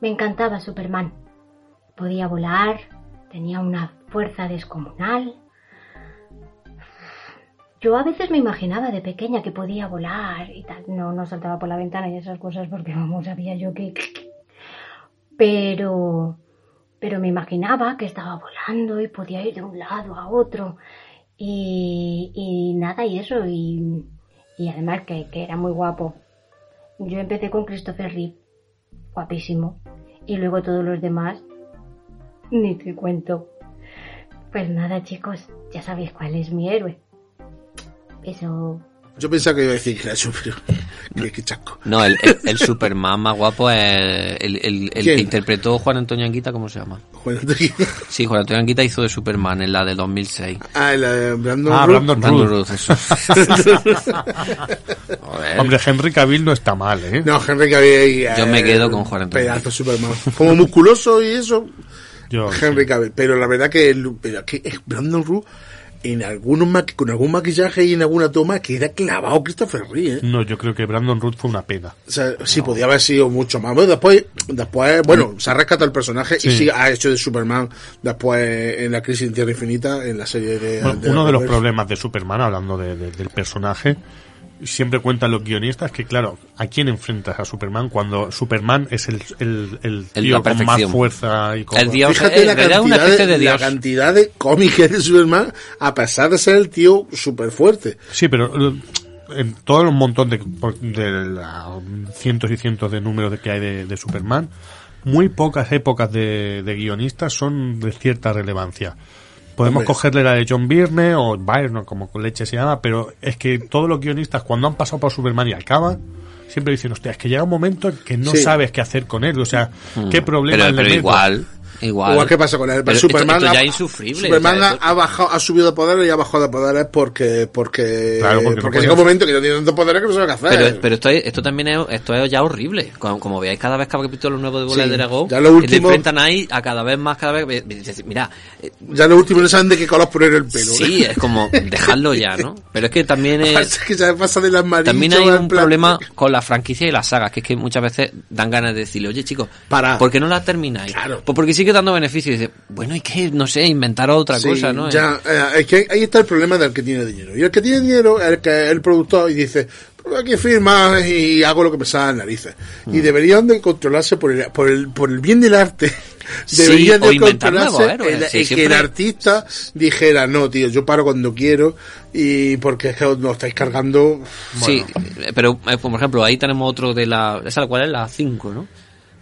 F: Me encantaba Superman. Podía volar, tenía una fuerza descomunal. Yo a veces me imaginaba de pequeña que podía volar y tal. No, no saltaba por la ventana y esas cosas porque vamos, sabía yo que... Pero... Pero me imaginaba que estaba volando y podía ir de un lado a otro Y, y nada, y eso, y, y además que, que era muy guapo. Yo empecé con Christopher Reeve, guapísimo, y luego todos los demás, ni te cuento. Pues nada, chicos, ya sabéis cuál es mi héroe. Eso,
A: Yo pensaba que iba a decir Ignacio, pero qué, qué chasco.
D: No, el, el- el Superman más guapo es el, el- el
A: ¿Quién?
D: que interpretó Juan Antonio Anguita, ¿cómo se llama?
A: Bueno, te-
D: Sí, Juan Antonio Anguita hizo de Superman en la de 2006.
A: ah, la de Brandon
C: Ah,
A: Root.
C: Brandon
D: Brandon
C: Ruth.
D: Ruth, eso. Joder.
C: Hombre, Henry Cavill no está mal, ¿eh?
A: No, Henry Cavill. eh,
D: Yo me quedo con Juan Antonio.
A: Pedazo Superman. Como musculoso y eso,
C: Yo-
A: Henry Cavill. Pero la verdad que, el- pero que es Brandon Root en algunos maqui- con algún maquillaje y en alguna toma queda clavado Christopher Reeve. ¿eh?
C: No, yo creo que Brandon Ruth fue una pena.
A: O sea, sí, podía haber sido mucho más. Bueno, después, después,
D: Mm.
A: bueno, se ha rescatado el personaje y
C: Sí.
A: sí ha hecho de Superman después en la crisis en Tierra Infinita, en la serie de...
C: Bueno,
A: de-
C: uno de los
A: Reverse.
C: problemas de Superman, hablando de- de- del personaje, siempre cuentan los guionistas que, claro, ¿a quién enfrentas a Superman cuando Superman es el, el, el
D: El-
C: tío
D: la
C: con más
D: perfección.
C: fuerza y con...
D: El dios
A: Fíjate
D: eh,
A: la
D: era una
A: cantidad,
D: especie
A: de,
D: de
A: la
D: dios.
A: cantidad de cómics de Superman, a pesar de ser el tío súper fuerte.
C: Sí, pero eh, en todo un montón de, por- de la- cientos y cientos de números de que hay de, de Superman, muy pocas épocas de, de guionistas son de cierta relevancia. Podemos
A: Hombre.
C: cogerle la de John Byrne o Byrne, como con leche se llama, pero es que todos los guionistas cuando han pasado por Superman y acaban, siempre dicen, hostia, es que llega un momento en que no
A: Sí.
C: sabes qué hacer con él, o sea, qué problema
D: Mm.
C: le
D: Pero, pero
C: meto?
D: igual, igual.
A: Igual que pasa con el
D: Pero esto-
A: Superman.
D: esto ya
A: ha-
D: es insufrible,
A: Superman
D: o sea, esto-
A: ha, bajado, ha subido de poderes y ha bajado de poderes porque. Porque,
C: Claro, porque no
A: llega un
C: puedes.
A: momento que no tiene tantos poderes que no sabe qué hacer.
D: Pero, pero esto, es- esto también es, esto es ya horrible. Como, como veáis, cada vez que habrá capítulo nuevo de Bola
A: Sí,
D: de Dragón,
A: ya lo
D: que te
A: último-
D: enfrentan ahí a cada vez más, cada vez. Mira, eh,
A: ya lo último no saben de qué color poner el pelo.
D: sí, es como dejarlo ya, ¿no? Pero es que también es.
A: Pasa que ya pasa de las manos.
D: También hay un problema con la franquicia y las sagas, que es que muchas veces dan ganas de decirle, oye chicos,
A: Parad.
D: ¿por qué no la termináis?
A: Claro.
D: Pues porque sigue dando beneficios. Y dice, bueno, y que, no sé, inventar otra
A: Sí,
D: cosa, ¿no?
A: Ya, eh, es que ahí- ahí está el problema del que tiene dinero. Y el que tiene dinero es el, que, el productor y dice, pues aquí firma y hago lo que me sale las narices.
D: Mm.
A: Y deberían de controlarse por el, por el, por el bien del arte.
D: Sí,
A: Deberían
D: o
A: de
D: inventar
A: controlarse
D: nuevos héroes.
A: el-
D: Sí,
A: el que el
D: siempre-
A: artista dijera, no, tío, yo paro cuando quiero y porque es que os lo estáis cargando.
D: Sí, eh, pero eh, por ejemplo, ahí tenemos otro de la. ¿Esa cuál es? La 5, ¿no?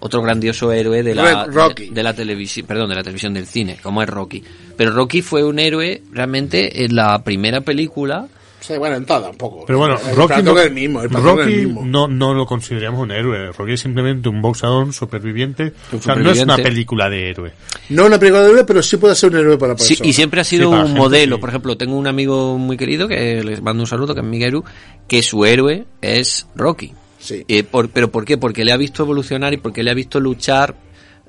D: Otro grandioso héroe de la,
A: Ro- Rocky.
D: de, de la televisión, perdón, de la televisión del cine, como es Rocky. Pero Rocky fue un héroe realmente en la primera película.
A: O sea, bueno, en todas tampoco.
C: Pues Pero bueno,
A: El
C: Rocky,
A: patrón
C: no,
A: es el mismo, el patrón es
C: Rocky
A: el mismo.
C: no, no lo consideramos un héroe. Rocky es simplemente un boxeador, un superviviente.
D: Un
C: O sea, no es una
D: superviviente.
C: película de héroe.
A: No una película de héroe, pero sí puede ser un héroe para la
D: Sí,
A: persona.
D: y siempre ha
C: Sí,
D: sido
C: para la
D: un
C: gente,
D: modelo.
C: sí.
D: Por ejemplo, tengo un amigo muy querido que les mando un saludo, que es Miguelu, que su héroe es Rocky.
A: Sí.
D: Eh, por- ¿Pero por qué? Porque le ha visto evolucionar y porque le ha visto luchar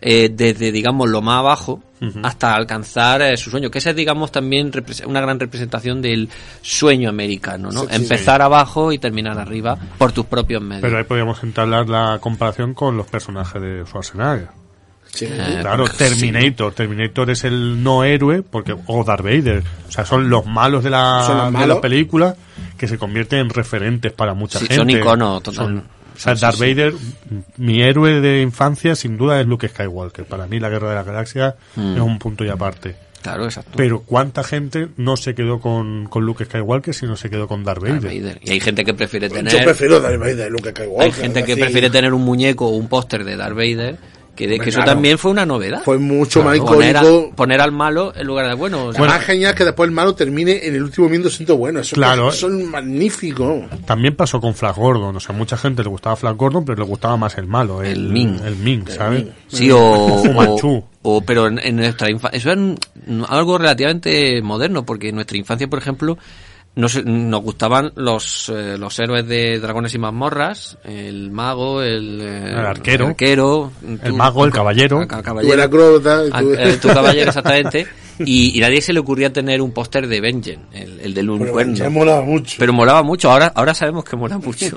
D: eh, desde, digamos, lo más abajo hasta alcanzar eh, su sueño. Que esa es, digamos, también repres- una gran representación del sueño americano, ¿no?
A: Sí, sí,
D: Empezar abajo y terminar arriba por tus propios medios.
C: Pero ahí podríamos entablar la comparación con los personajes de Schwarzenegger.
A: Sí.
D: Eh,
C: Claro,
D: porque-
C: Terminator. Terminator es el no héroe, porque o Darth Vader. O sea, son los malos de
A: Son los
C: la, de
A: malos.
C: la película que se convierten en referentes para mucha
D: Sí,
C: gente.
D: son iconos, total.
C: o sea,
D: Sí,
C: Darth
D: sí, sí.
C: Vader, mi héroe de infancia, sin duda es Luke Skywalker. Para mí, la Guerra de la Galaxia
D: Mm.
C: es un punto y aparte.
D: Claro, exacto.
C: Pero cuánta gente no se quedó con, con Luke Skywalker, sino se quedó con Darth Vader.
D: Darth Vader. Y hay gente que prefiere tener...
A: Yo prefiero dar el de Luke Skywalker.
D: Hay gente que
A: es decir,
D: prefiere tener un muñeco o un póster de Darth Vader, que, de- que eso
A: claro.
D: también fue una novedad.
A: Fue mucho más
D: poner, a-
A: icónico.
D: poner al malo en lugar de bueno. o sea,
A: Más genial Pues que después el malo termine en el último minuto siento bueno. Eso
C: Claro.
A: es, son magníficos.
C: También pasó con Flash Gordon. O sea, mucha gente le gustaba Flash Gordon, pero le gustaba más el malo, el,
D: El Ming.
C: El Ming, ¿sabes?
D: sí, o,
C: Fu
D: o,
C: Manchu.
D: o- pero en, en nuestra infancia, eso es un- algo relativamente moderno, porque en nuestra infancia, por ejemplo, nos, nos gustaban los, eh, los héroes de Dragones y Mazmorras, el mago, el, eh,
C: El arquero.
D: el, arquero, tú-
C: mago, el caballero.
D: ca-
A: Tú eras crota,
D: Ah,
A: tú-
D: eh, tu caballero, exactamente. Y, y nadie se le ocurría tener un póster de Benjen, el, el del
A: Pero ya
D: unicornio.
A: molaba mucho.
D: Pero molaba mucho, ahora, ahora sabemos que mola mucho.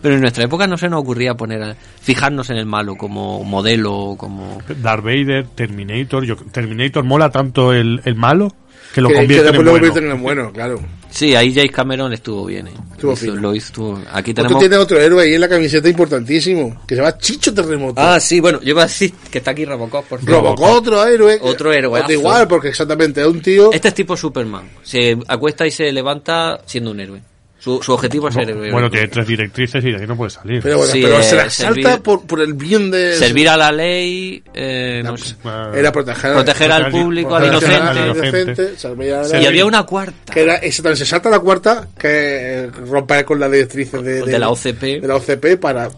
D: Pero en nuestra época no se nos ocurría poner a- fijarnos en el malo como modelo, como...
C: Darth Vader, Terminator. Yo, Terminator mola tanto el, el malo Que lo
A: que, que
C: convierten
A: después
C: en
A: lo
C: bueno.
A: convierten en bueno, claro.
D: Sí, ahí James Cameron estuvo bien. ¿eh?
A: Estuvo
D: Hizo-
A: fino. Pues
D: lo hizo, estuvo- Aquí
A: Tú
D: tenemos...
A: tienes otro héroe ahí en la camiseta importantísimo, que se llama Chicho Terremoto.
D: Ah, sí, bueno, yo iba a decir que está aquí Robocop, por favor.
A: Robocop, otro héroe.
D: Otro héroe.
A: Da igual, porque exactamente es un tío.
D: Este es tipo Superman. Se acuesta y se levanta siendo un héroe. Su, su objetivo es ser héroe.
C: Bueno, tiene tres directrices y de ahí no puede salir.
A: Pero bueno,
D: Sí,
A: pero
D: eh,
A: se la
D: servir-
A: salta por, por el bien de.
D: Servir a la ley, eh, no sé.
C: Bueno,
A: Era proteger,
D: proteger al público, al
A: proteger al
D: inocente.
A: inocente, servir a la-
D: Y había una cuarta.
A: Que era exactamente, se salta la cuarta que eh, romper con la directriz de,
D: Pues De la OCP.
A: de la OCP para,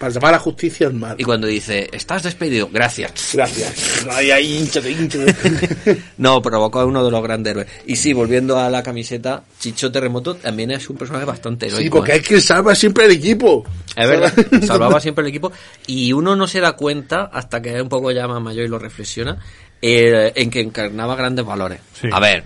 A: para llamar a la justicia al mal.
D: Y cuando dice, estás despedido, gracias.
A: Gracias. Ay, ay, hinchate, hinchate.
D: No, provocó a uno de los grandes héroes. Y sí, volviendo a la camiseta, Chicho Terremoto también es un personaje bastante heroico.
A: sí, porque
D: ¿eh?
A: hay quien salva siempre el equipo.
D: Es verdad,
A: ¿Sabes?
D: salvaba siempre el equipo. Y uno no se da cuenta, hasta que es un poco ya más mayor y lo reflexiona, eh, en que encarnaba grandes valores.
C: Sí.
D: A ver,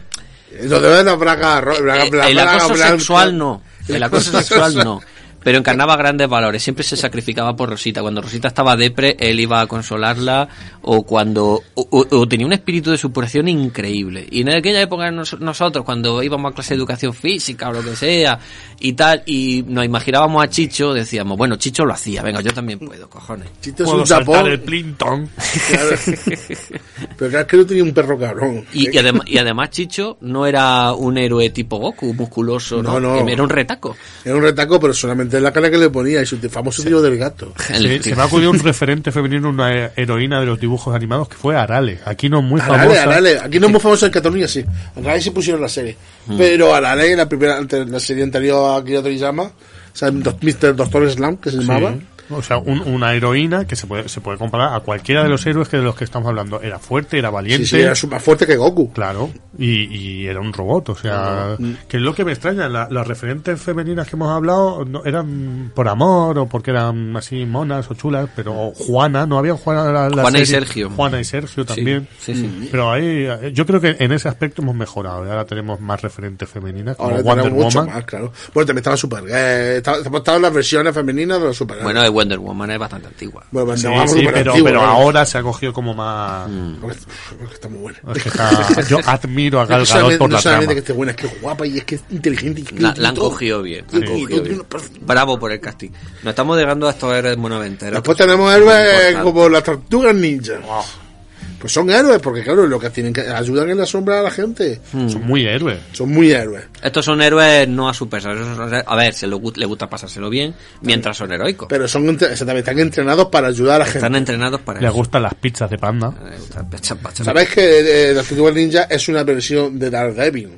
A: Lo de la braga, ro- braga,
D: eh,
A: bla-
D: el
A: braga
D: acoso
A: blanca.
D: sexual no. El acoso sexual no. Pero encarnaba grandes valores. Siempre se sacrificaba por Rosita. Cuando Rosita estaba depre, él iba a consolarla. O cuando. O, o- o tenía un espíritu de superación increíble. Y en aquella época nos- nosotros, cuando íbamos a clase de educación física o lo que sea, y tal, y nos imaginábamos a Chicho, decíamos, bueno, Chicho lo hacía, venga, yo también puedo, cojones.
A: Chito es
C: puedo
A: un
C: saltar
A: chapón.
C: el Plinton.
A: Claro. Pero claro, es que no tenía un perro cabrón.
D: Y, y adem- y además Chicho no era un héroe tipo Goku, musculoso, ¿no?
A: No, no.
D: Era un retaco.
A: Era un retaco, pero solamente en la cara que le ponía y su famoso tiro del gato.
C: Se, se me ha acudido un referente femenino, una heroína de los dibujos animados, que fue Arale. Aquí no muy
A: Arale,
C: famosa.
A: Arale. Aquí no es muy famoso en Cataluña, sí. Arale sí pusieron la serie.
C: Mm.
A: Pero Arale, la primera, ante- la serie anterior a Kira Toriyama, o sea, Doc- Mr. Doctor Slam, que se
C: Sí.
A: llamaba.
C: O sea, un- una heroína que se puede, se puede comparar a cualquiera de los héroes que de los que estamos hablando. Era fuerte, era
A: Sí,
C: valiente.
A: sí, era su- más fuerte que Goku.
C: Claro, y, y era un robot, o sea, que es lo que me extraña, la- las referentes femeninas que hemos hablado no, eran por amor o porque eran así monas o chulas, pero o Juana, no había Juana la- la
D: Juana y
C: serie?
D: Sergio.
C: Juana y Sergio
D: Sí,
C: también.
D: sí,
A: Mm.
D: sí.
C: Pero ahí, eh, yo creo que en ese aspecto hemos mejorado, y ahora tenemos más referentes femeninas como
A: Ahora
C: Wonder
A: tenemos mucho
C: Woman.
A: más, claro. Bueno, también estaba Super eh, estaba- estaban las versiones femeninas de los Super
D: Bueno, de Wonder Woman es bastante antigua.
A: bueno
C: Sí,
A: vamos
C: sí,
A: super
C: pero,
A: antiguo,
C: pero
A: ¿no?
C: ahora se ha cogido como más...
D: Mm.
A: Porque- porque está muy buena.
C: es que está- yo admiro a
A: No
C: Gal Gadot
A: solamente,
C: por
A: no
C: la
A: solamente
C: trama.
A: que esté buena, es que es guapa y es que es inteligente. Y que
D: La,
A: tiene
D: la han
A: todo.
D: cogido bien, la
A: Sí,
D: han cogido
A: sí,
D: bien.
A: sí.
D: Bravo por el casting. Nos estamos llegando a estos héroes monoventeros.
A: Después tenemos héroes
D: pues Importante.
A: como las tortugas ninja. Pues son héroes, porque claro, lo que tienen que ayudan en la sombra a la gente.
D: Hmm.
C: Son muy héroes.
A: Son muy héroes.
D: Estos son héroes no a superhéroes. son- A ver, se lo gu- le gusta pasárselo bien mientras son heroicos.
A: Pero son entre- exactamente, están entrenados para ayudar a la gente.
D: Están entrenados para
C: Le
D: eso.
C: gustan las pizzas de panda.
D: Eh, está- pacha- pacha-
A: ¿Sabéis que eh, las tortugas ninja es una versión de Daredevil?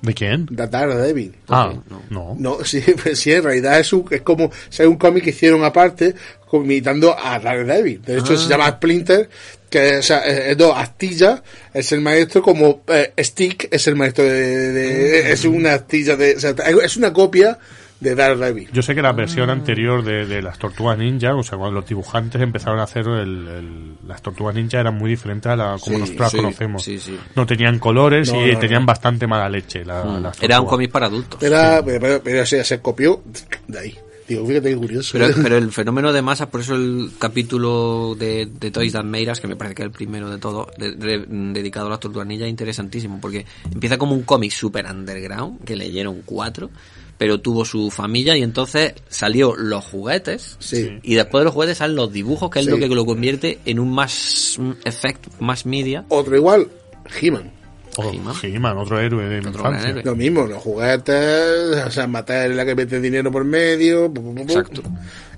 C: ¿De quién?
A: De Daredevil.
C: Ah,
D: Pues
C: no.
D: no.
A: No, sí, pues sí, en realidad es, un- es como o sea, es un cómic que hicieron aparte como imitando a Daredevil. De hecho,
D: Ah.
A: se llama Splinter, que o sea, es, es- no, Astilla es el maestro, como eh, Stick es el maestro de.
D: Ah.
A: de- es una astilla de. o sea, es una copia de Daredevil.
C: Yo sé que la
D: Ah.
C: versión anterior de, de las tortugas ninja, o sea, cuando los dibujantes empezaron a hacer el, el- las tortugas ninja eran muy diferentes a la, como
D: Sí,
C: nosotros las
D: sí,
C: conocemos.
D: sí, sí.
C: No tenían colores
A: No,
C: y
A: no,
C: tenían
A: no.
C: bastante mala leche. la- las
D: Mm. Era un
C: tortugas.
D: cómic para adultos.
A: Era, pero, pero, pero, o sea, se copió de ahí. Digo, fíjate qué curioso.
D: Pero, pero el fenómeno de masas, por eso el capítulo de, de Toys That Made Us, que me parece que es el primero de todo, de- de- dedicado a las tortuanillas, es interesantísimo, porque empieza como un cómic super underground, que leyeron cuatro, pero tuvo su familia y entonces salió los juguetes,
A: Sí.
D: y después de los juguetes salen los dibujos, que es
A: Sí.
D: lo que lo convierte en un más mm, effect, más media.
A: Otro igual, He-Man.
C: Oh,
D: He-Man.
C: He-Man, otro héroe de mi
D: Otro gran
C: infancia.
D: héroe.
A: Lo mismo, los juguetes, o sea, matar la que mete dinero por medio. pu, pu, pu, pu.
D: Exacto.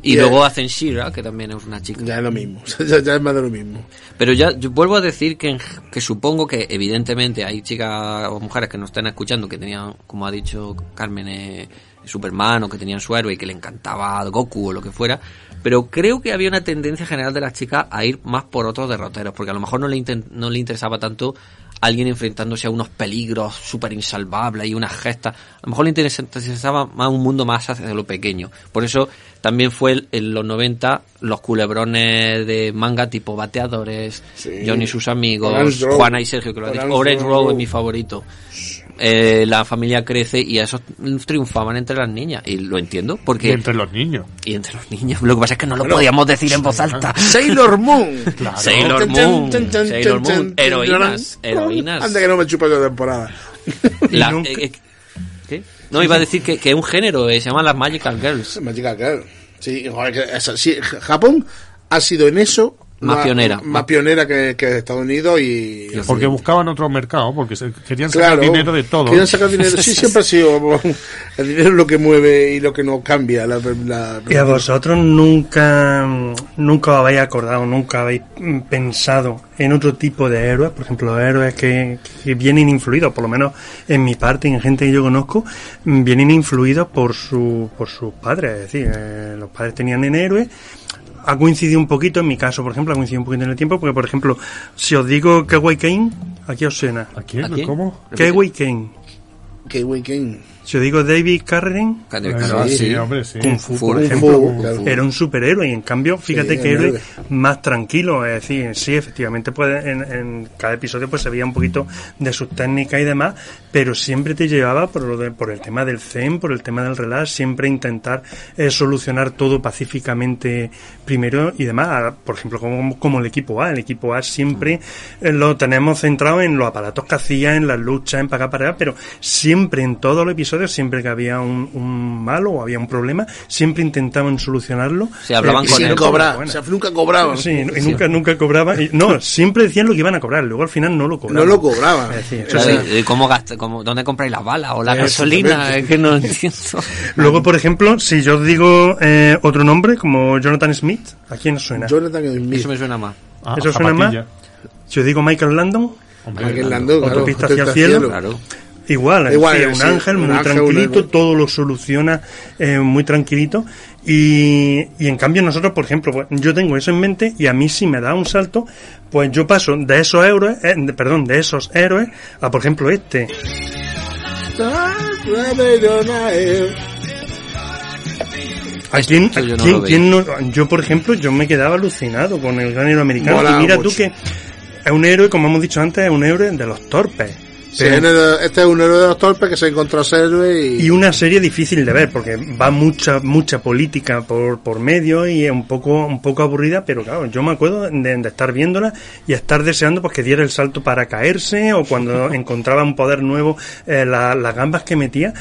D: Y
A: Bien.
D: luego hacen Shira, que también es una chica.
A: Ya es lo mismo, o sea, ya, ya es más de lo mismo.
D: Pero ya yo vuelvo a decir que, que supongo que evidentemente hay chicas o mujeres que nos están escuchando que tenían, como ha dicho Carmen, eh, Superman o que tenían su héroe y que le encantaba Goku o lo que fuera. Pero creo que había una tendencia general de las chicas a ir más por otros derroteros, porque a lo mejor no le, inten- no le interesaba tanto alguien enfrentándose a unos peligros súper insalvables y unas gestas. A lo mejor le interesa- interesaba más un mundo más hacia lo pequeño. Por eso también fue el- en los 90 los culebrones de manga tipo Bateadores,
A: Sí.
D: John y sus amigos,
A: Orange Grove.
D: Juana y Sergio, que lo ha dicho.
A: Orange
D: Orange
A: Grove.
D: Row es mi favorito. eh, la familia crece y a esos triunfaban entre las niñas. Y lo entiendo, porque.
C: Y entre los niños.
D: y entre los niños. Lo que pasa es que no lo podíamos decir en voz alta.
A: Sailor Moon.
C: Claro.
D: Sailor
A: Chan, chan,
D: Moon,
A: chan, chan,
D: Sailor
A: chan,
D: Moon,
A: chan,
D: heroínas,
A: chan.
D: heroínas.
A: Anda que no me chupa la temporada.
D: La-
E: Nunca-
D: eh, eh, ¿qué? No, iba a decir que, que es un género, eh, se llama las Magical Girls.
A: Me llega claro. Sí, joder, que eso- sí, Japón ha sido en eso
D: Más
A: ma-
D: pionera.
A: Más pionera que, que Estados Unidos y.
C: Porque buscaban otro mercado, porque se- querían sacar
A: Claro,
C: dinero de todo.
A: Quieren sacar dinero. Sí, siempre ha sido. El dinero es lo que mueve y lo que no cambia. La, la-
E: ¿Y a vosotros nunca, mm, nunca os habéis acordado, nunca habéis mm, pensado en otro tipo de héroes? Por ejemplo, los héroes que, que vienen influidos, por lo menos en mi parte, en gente que yo conozco, mm, vienen influidos por, su, por sus padres. Es decir, eh, los padres tenían en héroes. Ha coincidido un poquito, en mi caso, por ejemplo, ha coincidido un poquito en el tiempo, porque, por ejemplo, si os digo Kawhi Kane, aquí os suena.
C: ¿A quién?
D: ¿A quién?
C: ¿Cómo?
E: Kawhi Kane.
A: Que weekend.
E: Si os digo David Carradine,
C: Ah, sí, hombre, sí.
E: Kung Fu,
D: Fu,
E: por
D: Kung
E: ejemplo.
A: Fu, claro.
E: Era un superhéroe y en cambio, fíjate
A: Sí,
E: que
A: era un
E: héroe más tranquilo. Es decir, sí, efectivamente, pues, en, en cada episodio pues se veía un poquito de sus técnicas y demás, pero siempre te llevaba por, lo de- por el tema del zen, por el tema del relax, siempre intentar eh, solucionar todo pacíficamente primero y demás. Ah, Por ejemplo, como, como el equipo A. El equipo A siempre eh, lo tenemos centrado en los aparatos que hacía, en las luchas, en para acá, para allá, pero siempre en todos los episodios, siempre que había un, un malo o había un problema, siempre intentaban solucionarlo. eh,
D: Se hablaban
A: Y
D: con
E: sí,
A: sin
D: él.
A: cobrar.
E: buena.
A: O sea, nunca cobraban.
E: Sí, y nunca, nunca cobraban. y- no, siempre decían lo que iban a cobrar, luego al final no lo
A: No
E: cobraban.
A: lo cobraban.
E: Es decir,
D: Claro, ¿y ¿Cómo gasta, cómo, ¿Dónde compráis las balas o la gasolina? Es que no entiendo.
E: Luego, por ejemplo, si yo os digo eh, otro nombre, como Jonathan Smith, ¿a quién os suena?
A: Jonathan Smith.
D: Eso me suena más.
C: Ah,
E: Eso suena
C: zapatilla.
E: Si os digo Michael Landon,
C: Hombre,
A: Aquel Landau, claro,
E: Autopista hacia el
A: autopista
E: cielo.
D: Claro.
E: Igual, es
A: Igual,
E: decir, un
A: sí,
E: ángel
A: un
E: muy
A: ángel, un
E: tranquilito,
A: héroe.
E: todo lo soluciona eh, muy tranquilito. Y, y en cambio nosotros, por ejemplo, pues, yo tengo eso en mente y a mí si me da un salto, pues yo paso de esos héroes, eh, de- perdón, de esos héroes a, por ejemplo, este. ¿A
D: Esto
E: quién,
D: yo
E: a
D: no
E: quién-
D: lo veo.
E: quién no- yo, por ejemplo, yo me quedaba alucinado con el gran héroe americano.
A: Mola
E: y mira
A: mucho.
E: tú que es un héroe, como hemos dicho antes, es un héroe de los torpes.
A: Sí,
E: Pero-
A: en el- este es un héroe de los torpes que se encontró a ser héroe y,
E: y una serie difícil de ver porque va mucha mucha política por, por medio y es un poco un poco aburrida pero claro yo me acuerdo de, de estar viéndola y estar deseando pues que diera el salto para caerse o cuando encontraba un poder nuevo eh, la- las gambas que metía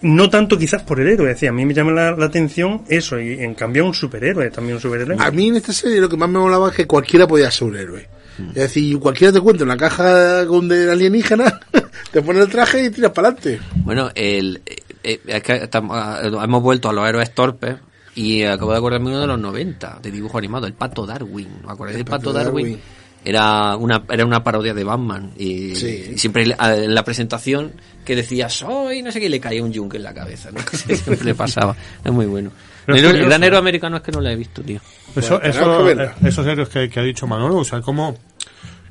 E: no tanto quizás por el héroe, es decir, a mí me llama la, la atención eso, y en cambio un superhéroe, también un superhéroe.
A: A mí en esta serie lo que más me molaba es que cualquiera podía ser un héroe. Es decir, cualquiera te cuenta una caja con de alienígena, te pone el traje y tiras para adelante.
D: Bueno, el, eh, eh, es que estamos- ah, hemos vuelto a los héroes torpes y acabo de acordarme uno de los 90 de dibujo animado, el Pato Darwin. ¿Os acordáis del Pato,
A: Pato
D: Darwin?
A: Darwin.
D: Era una, era una parodia de Batman y,
A: Sí.
D: y siempre le- a- en la presentación que decía soy no sé qué y le caía un yunque en la cabeza ¿no? siempre le pasaba es muy bueno
C: Pero es
D: Pero el
C: curioso.
D: gran héroe americano es que no lo he visto tío
C: Eso,
A: Pues,
C: eso- eh,
A: tenemos que verla.
C: esos héroes que, que ha dicho Manolo, o sea, como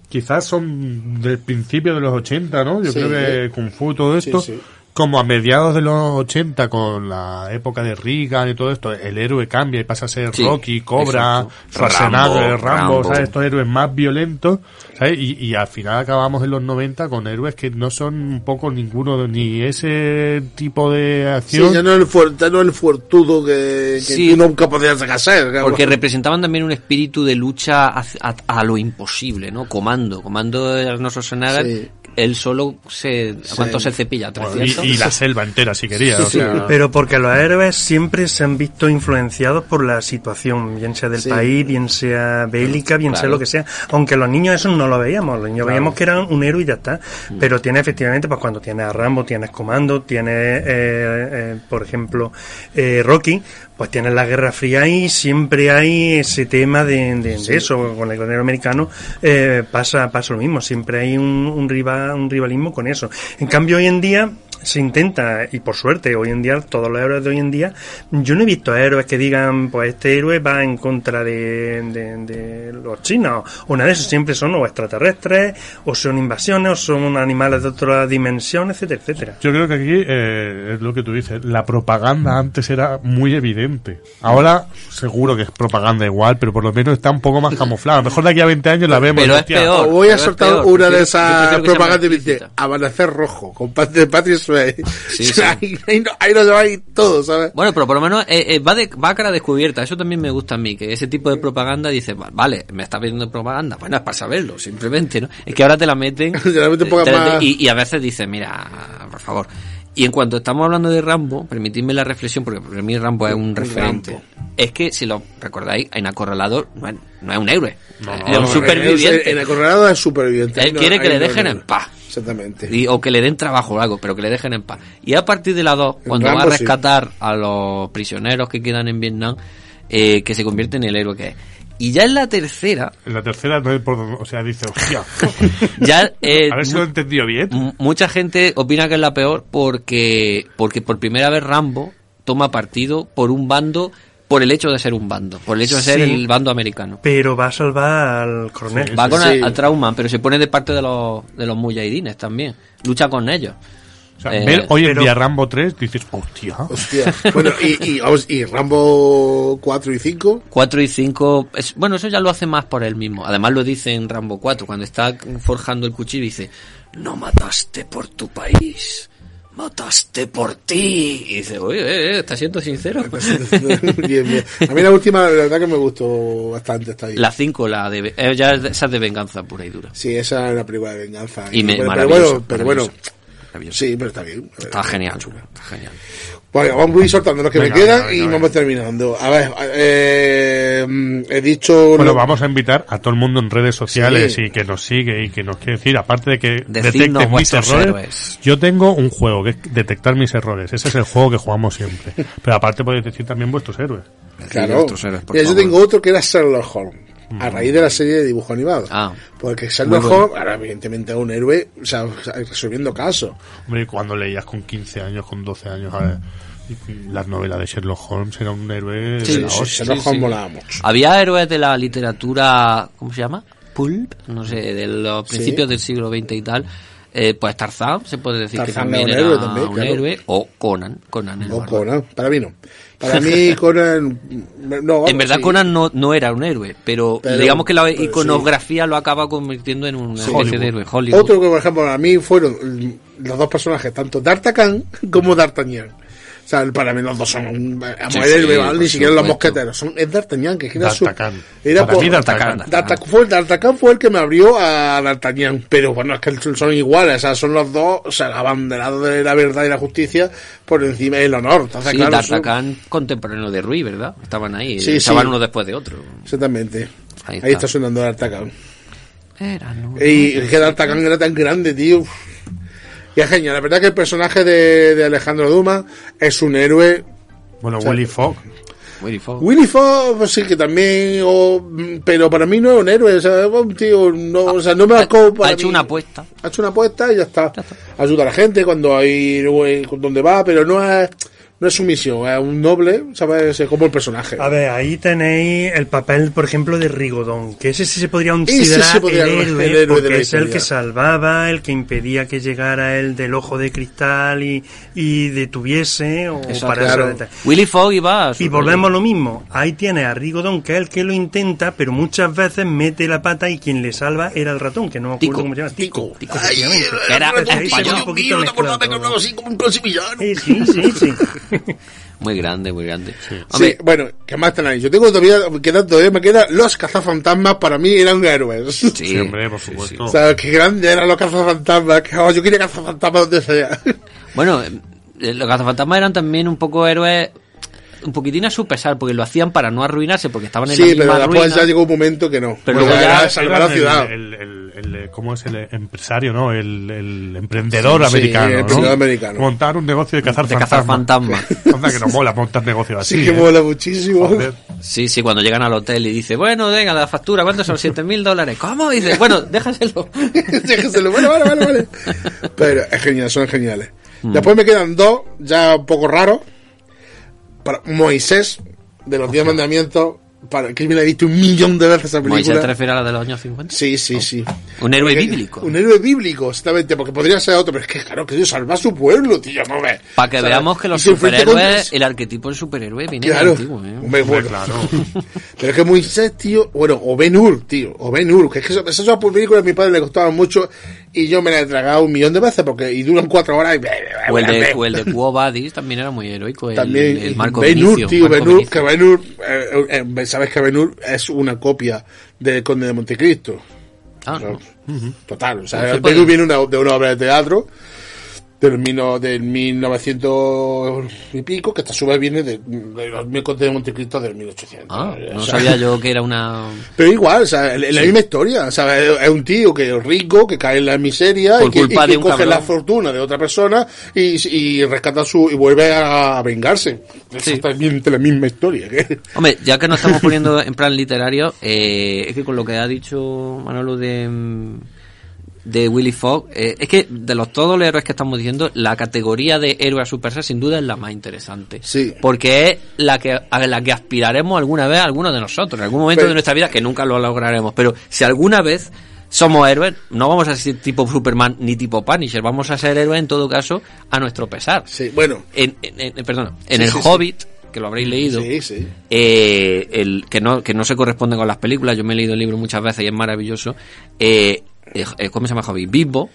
C: quizás son del principio de los 80, ¿no? Yo
A: Sí,
C: creo que Kung Fu, todo esto,
A: sí.
C: como a mediados de los 80, con la época de Reagan y todo esto, el héroe cambia y pasa a ser
D: Sí,
C: Rocky, Cobra,
D: exacto.
C: Schwarzenegger, Rambo,
D: Rambo, Rambo.
C: ¿sabes? Estos héroes más violentos, ¿sabes? Y, y al final acabamos en los 90 con héroes que no son un poco ninguno, de- ni ese tipo de
A: Sí,
C: acción.
A: ya no el fuerte, no el fuertudo que, que
D: Sí.
A: tú nunca podías sacar ser. claro.
D: Porque representaban también un espíritu de lucha a, a- a lo imposible, ¿no? Comando. Comando de Arnold Schwarzenegger,
A: Sí.
D: él solo se... ¿a ¿Cuánto se cepilla?
C: Bueno, y,
D: ¿300?
C: y la selva entera, si quería. o sea.
E: Pero porque los héroes siempre se han visto influenciados por la situación, bien sea del
A: Sí.
E: país, bien sea bélica, bien sea
D: Claro.
E: lo que sea. Aunque los niños eso no lo veíamos, los niños veíamos que eran un héroe y ya está. Pero tiene efectivamente, pues cuando tienes a Rambo, tienes Comando, tienes, eh, eh, por ejemplo, eh, Rocky, pues tienes la Guerra Fría y siempre hay ese tema de, de- de eso. Con el granero americano eh, pasa, pasa lo mismo, siempre hay un, un, rival, un rivalismo con eso. En cambio, hoy en día se intenta, y por suerte, hoy en día, todos los héroes de hoy en día, yo no he visto héroes que digan, pues este héroe va en contra de, de- de los chinos, o nada de eso, siempre son o extraterrestres, o son invasiones, o son animales de otra dimensión, etcétera, etcétera.
C: Yo creo que aquí eh, es lo que tú dices. La propaganda antes era muy evidente. Ahora seguro que es propaganda igual, pero por lo menos está un poco más camuflada. A lo mejor de aquí a 20 años la vemos.
D: Pero es
C: hostia.
A: Os
D: peor.
A: voy
D: pero
A: a
D: es
A: soltar
D: peor.
A: una de
D: Yo- yo
A: esas
D: prefiero que sea
A: propagandas
D: más
A: dice
D: explícita.
A: Amanecer Rojo, con Pat- de Patrick Swayze.
D: Sí,
A: O sea,
D: sí.
A: Ahí, ahí no, ahí nos lleváis todos, ¿sabes?
D: Bueno, pero por lo menos eh, eh, va, de, va a cara descubierta. Eso también me gusta a mí, que ese tipo de propaganda dice, "Va- vale, me está pidiendo propaganda. Bueno, es para saberlo, simplemente, ¿no? Es que ahora te la meten.
A: Te la meten un poco
D: te la
A: más-
D: y, y a veces dices, mira, por favor. Y en cuanto estamos hablando de Rambo, permitidme la reflexión, porque para mí Rambo es un referente. Es que, si lo recordáis, en Acorralado no es, no es un héroe, es un
A: Vamos,
D: superviviente.
A: eh, En Acorralado es superviviente.
D: Él
A: Ahí no-
D: quiere que
A: ahí
D: le
A: no hay
D: dejen
A: nada.
D: en paz.
A: Exactamente.
D: Y- o que le den trabajo o algo, pero que le dejen en paz. Y a partir de la 2,
A: En
D: cuando va
A: Rambo,
D: a rescatar a los prisioneros que quedan en Vietnam, eh, que se convierte en el héroe que es. Y ya en la tercera,
C: En la tercera no hay por dónde- O sea, dice, hostia.
D: ya eh,
C: a ver si lo he entendido bien.
D: mu- mucha gente opina que es la peor porque, porque por primera vez Rambo toma partido por un bando, por el hecho de ser un bando, por el hecho de ser
E: Sí.
D: el bando americano.
E: Pero va a salvar al coronel.
D: Va con
A: sí.
D: a, a Trauma, pero se pone de parte de los, de los mujahidines también. Lucha con ellos.
C: O sea,
D: Eh,
C: ver hoy en
E: pero-
C: día Rambo 3, dices, hostia.
A: Hostia. Bueno, y, y, vamos, y Rambo 4 y 5.
D: 4 y 5, es- bueno, eso ya lo hace más por él mismo. Además lo dice en Rambo 4, cuando está forjando el cuchillo dice, no mataste por tu país, mataste por ti. Y dice, oye, eh, eh, está siendo sincero.
A: Bien, bien. A mí la última, la verdad que me gustó bastante. Está bien.
D: la 5, la de, eh, ya es de- esa es de venganza pura y dura.
A: Sí, esa es la película de venganza.
D: Y me,
A: pero, pero
D: maravillosa,
A: bueno, pero bueno,
D: maravillosa, maravillosa.
A: sí, pero está bien. A ver.
D: Está genial, está genial.
A: Bueno, vamos a ir soltando los que
C: Venga,
A: me quedan
C: venga, venga,
A: y
C: venga.
A: vamos terminando. A ver, eh, mm, he dicho...
C: Bueno,
A: lo-
C: vamos a invitar a todo el mundo en redes sociales
A: Sí.
C: y que nos sigue y que nos quiere decir, aparte de que
D: Decidnos
C: detecten mis
D: vuestros
C: errores,
D: héroes.
C: yo tengo un juego que es detectar mis errores. Ese es el juego que jugamos siempre. Pero aparte podéis decir también vuestros héroes.
D: Sí,
A: Claro.
D: nuestros héroes, por
A: Mira, yo
D: favor.
A: tengo otro que era Sherlock Holmes. A raíz de la serie de dibujo animado.
D: Ah.
A: Porque Sherlock
D: Muy bueno.
A: Holmes, ahora evidentemente es un héroe, o sea, resolviendo casos.
C: Hombre, cuando leías con 15 años, con 12 años, a ver, y- las novelas de Sherlock Holmes era un héroe de
D: Sí,
C: la
A: Sí,
C: hostia.
A: Sherlock
D: sí,
A: Holmes
D: sí.
A: volaba mucho.
D: Había héroes de la literatura, ¿cómo se llama? Pulp, no sé, de los principios del siglo XX y tal. Eh, pues Tarzán, se puede decir
A: Tarzán
D: que también
A: era
D: era
A: un héroe
D: un héroe,
A: también, claro.
D: o Conan, Conan el
A: O
D: bárbaro.
A: Conan, para mí no. Para mí Conan... No,
D: En verdad
A: sí.
D: Conan no, no era un héroe, pero,
A: Pero-
D: digamos que la
A: pero sí.
D: iconografía lo acaba convirtiendo en una especie
C: Hollywood.
D: de héroe Hollywood.
A: Otro que, por ejemplo, a mí fueron mm, los dos personajes, tanto D'Artagnan como D'Artagnan. O sea, para mí los dos son un eh,
D: Sí,
A: amor héroe,
D: sí,
A: ¿vale?
D: por
A: ni siquiera los
D: supuesto.
A: mosqueteros. Son, es D'Artagnan, que era su...
C: D'Artagnan.
A: Era
C: Para
A: por,
C: mí
D: D'Artagnan.
A: D'Artagnan. D'Artagnan fue, D'Artagnan fue el que me abrió a D'Artagnan. Pero bueno, es que son iguales. O sea, son los dos, o sea, abanderados de la verdad y la justicia por encima del honor. Entonces,
D: sí,
A: claro, son-
D: D'Artagnan contemporáneo de Rui, ¿verdad? Estaban ahí,
A: Sí,
D: estaban
A: sí.
D: uno después de otro.
A: Exactamente. Ahí
D: Ahí
A: está,
D: está.
A: sonando D'Artagnan.
D: Era, ¿no?
A: Y es que D'Artagnan era tan grande, tío. Y es genial. La verdad que el personaje de, de Alejandro Dumas es un héroe.
C: Bueno, Willy Fogg.
D: Willy Fogg.
A: Willy Fogg, pues sí que también. o- mm, pero para mí no es un héroe. O sea, un tío, no, o sea, no me
D: Ha-
A: marcó. para
D: ha hecho
A: mí.
D: una apuesta.
A: Ha hecho una apuesta y ya está. Ayuda a la gente cuando hay. donde va, pero no es. No es su misión, es un noble, ¿sabes? Es como el personaje.
E: A ver, ahí tenéis el papel, por ejemplo, de Rigodón, que ese sí se podría
A: Ese
E: considerar
A: se podría
E: el,
A: llamar
E: héroe,
A: el héroe
E: porque
A: de la
E: es el
A: historia.
E: que salvaba, el que impedía que llegara el del ojo de cristal y, y detuviese o
D: Exacto.
E: para
A: Claro.
D: Willy Fogg iba a su-
E: Y volvemos a lo mismo, ahí tiene a Rigodón, que es el que lo intenta, pero muchas veces mete la pata y quien le salva era el ratón, que no me acuerdo
D: Tico,
E: cómo se llama. Tico. Tico,
A: Ay,
E: efectivamente.
D: que era
E: Entonces, ahí se
D: español,
E: ve un poquito
A: no te acordaba que
E: mezclado
A: hablaba
E: todo.
A: así como un clasimillano.
E: Sí, sí, sí, sí.
D: Muy grande, muy grande.
A: Sí,
D: Hombre,
A: bueno, ¿qué más tenéis? Yo tengo todavía, quedan, todavía me quedan los cazafantasmas, para mí eran héroes.
D: sí,
C: Sí, hombre, por
D: sí, sí.
C: supuesto.
A: O sea, qué grande eran los cazafantasmas, que oh, yo quería cazafantasmas donde sea.
D: Bueno, eh, los cazafantasmas eran también un poco héroes, un poquitín a su pesar, porque lo hacían para no arruinarse, porque estaban en
A: Sí,
D: la
A: pero
D: misma
A: después
D: ruina.
A: ya llegó un momento que no.
D: Pero
A: O
D: luego
A: sea,
D: ya
A: era salvar la
C: Eran el-
A: ciudad.
C: El, el- el- ¿Cómo es el empresario, no? El, el emprendedor
A: Sí, sí,
C: americano.
A: el
C: ¿no?
A: emprendedor americano.
C: Montar un negocio de cazar
D: De cazar
C: fantasmas.
D: fantasmas.
C: Anda que no mola montar negocios así.
A: Así que
C: ¿eh?
A: mola muchísimo.
C: Joder.
D: Sí, sí, cuando llegan al hotel y dice, bueno, venga, la factura, ¿cuántos son? ¿Siete mil dólares? ¿Cómo? Y dice, bueno, déjaselo.
A: Déjaselo, bueno, vale, vale, vale. Pero es genial, son geniales.
D: Hmm.
A: Después me quedan dos, ya un poco raros. Para Moisés, de los Diez Mandamientos, para que me la he visto un millón de veces esa
D: Moisés Oh.
A: película.
D: te refiere a la de los años 50.
A: Sí, sí, sí.
D: Un héroe
A: Porque-
D: bíblico.
A: Eh, Un héroe bíblico, exactamente, porque podría ser otro, pero es que claro, que Dios salva a su pueblo, tío, no ves.
D: Para que
A: ¿Sabes?
D: veamos que los
A: Y se enfrenta con
D: superhéroes,
A: Dios.
D: el arquetipo del superhéroe viene del
A: Claro,
D: antiguo. ¿eh?
A: Hombre, bueno. Pero es que Moisés, tío, bueno, o Ben Hur, tío, o Ben Hur, que es que esas esas películas a mi padre le costaban mucho y yo me las he tragado un millón de veces porque y duran cuatro horas y
D: O el de, o el de Quo Vadis también era muy heroico. El,
A: también
D: el Marco
A: Ben
D: Benicio.
A: Hur, tío,
D: Marco
A: Ben Hur,
D: Benicio.
A: que Ben Hur, eh, eh, eh, sabes que Ben Hur es una copia del Conde de Montecristo.
D: Ah,
A: O sea,
D: no.
A: Total, o
D: No
A: sea,
D: se
A: el
D: puede.
A: Perú viene una- de una obra de teatro del, mil- del 1900 y pico, que esta su vez viene de, de los Mecos de Montecristo del 1800.
D: Ah,
A: O
D: no
A: sea,
D: sabía yo que era una...
A: Pero igual, o sea, la la misma historia, o sea, es- es un tío que es rico, que cae en la miseria
D: Por
A: y que, y
D: culpa
A: que
D: de un
A: coge
D: cabrón.
A: la fortuna de otra persona y, y rescata su y vuelve a, vengarse.
D: Sí.
A: Exactamente la misma historia. ¿eh? que-
D: Hombre, ya que nos estamos poniendo en plan literario, eh, es que con lo que ha dicho Manolo de, mm, de Willy Fogg, eh, es que de los todos los héroes que estamos diciendo, la categoría de héroe a superhéroe sin duda es la más interesante.
A: Sí.
D: Porque es la que, a la que aspiraremos alguna vez algunos de nosotros, en algún momento
A: Pero-
D: de nuestra vida, que nunca lo lograremos. Pero si alguna vez somos héroes, no vamos a ser tipo Superman ni tipo Punisher, vamos a ser héroes en todo caso a nuestro pesar.
A: Sí, bueno.
D: En, en- en- perdona, en
A: Sí,
D: El
A: sí, sí.
D: Hobbit, que lo habréis leído,
A: Sí, sí.
D: eh, el, que, no, que no se corresponde con las películas. Yo me he leído el libro muchas veces y es maravilloso. Eh, eh, eh, ¿Cómo se llama Javi? Bimbo.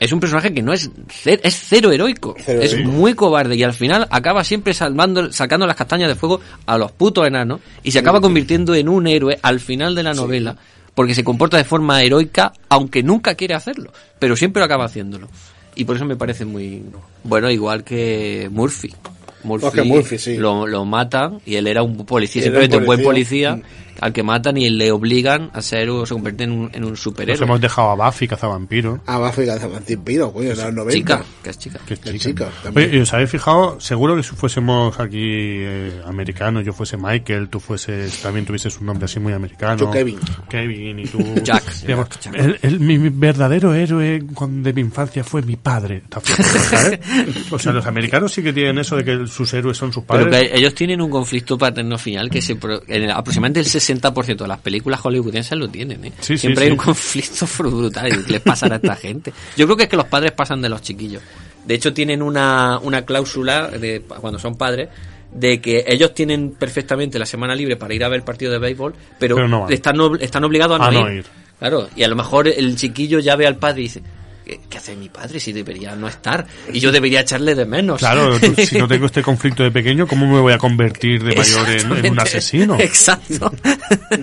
D: Es un personaje que no es ce- es cero heroico,
A: Cero
D: es
A: heroico.
D: muy cobarde y al final acaba siempre salvando, sacando las castañas de fuego a los putos enanos y se acaba convirtiendo en un héroe al final de la novela porque se comporta de forma heroica aunque nunca quiere hacerlo, pero siempre acaba haciéndolo y por eso me parece muy bueno igual que Murphy. Murphy,
A: que Murphy, sí.
D: lo, lo matan y él era un policía,
A: Y él era un
D: simplemente un buen
A: policía. Mm.
D: policía al que matan y le obligan a ser o se convierte en un, en un
C: Nos
D: superhéroe.
C: hemos dejado a Buffy, cazavampiro.
A: Abajo y Gazamantipino, coño, en los 90.
D: chica, que es chica.
C: Qué
A: Qué
C: chica.
A: chica, también.
C: Oye, ¿y os habéis fijado? Seguro que si fuésemos aquí eh, americanos, yo fuese Michael, tú fueses, también tuvieses un nombre así muy americano.
A: Yo Kevin.
C: Kevin y tú.
D: Jack.
C: Digamos,
D: Jack.
C: el- el- mi, mi verdadero héroe cuando- de mi infancia fue mi padre. Está fuerte, ¿sabes? O sea, los americanos sí que tienen eso de que sus héroes son sus padres.
D: Pero que ellos tienen un conflicto paterno final que se pro- en el- aproximadamente el 60% de las películas hollywoodenses lo tienen. ¿eh?
C: Sí, sí,
D: Siempre hay
C: sí.
D: un conflicto brutal. ¿Qué les pasará a esta gente? Yo creo que es que los padres pasan de los chiquillos. De hecho, tienen una, una cláusula de, cuando son padres de que ellos tienen perfectamente la semana libre para ir a ver el partido de béisbol, pero,
C: Pero no van.
D: están, ob- están obligados a,
C: A
D: no,
C: no
D: ir.
C: ir.
D: Claro, y a lo mejor el chiquillo ya ve al padre y dice... "¿Qué- ¿Qué hace mi padre si debería no estar? Y yo debería echarle de menos.
C: Claro, tú- si no tengo este conflicto de pequeño, ¿cómo me voy a convertir de mayor en- en, un
D: Exactamente.
C: asesino?
D: Exacto.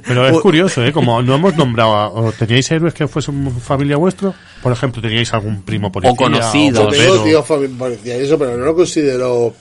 C: Pero es curioso, ¿eh? Como no hemos nombrado, a- o teníais héroes que fuesen familia vuestro, por ejemplo, teníais algún primo policía.
D: conocidos.
A: Yo
C: bombero,
A: tengo, tío, fam- parecía eso, pero no lo considero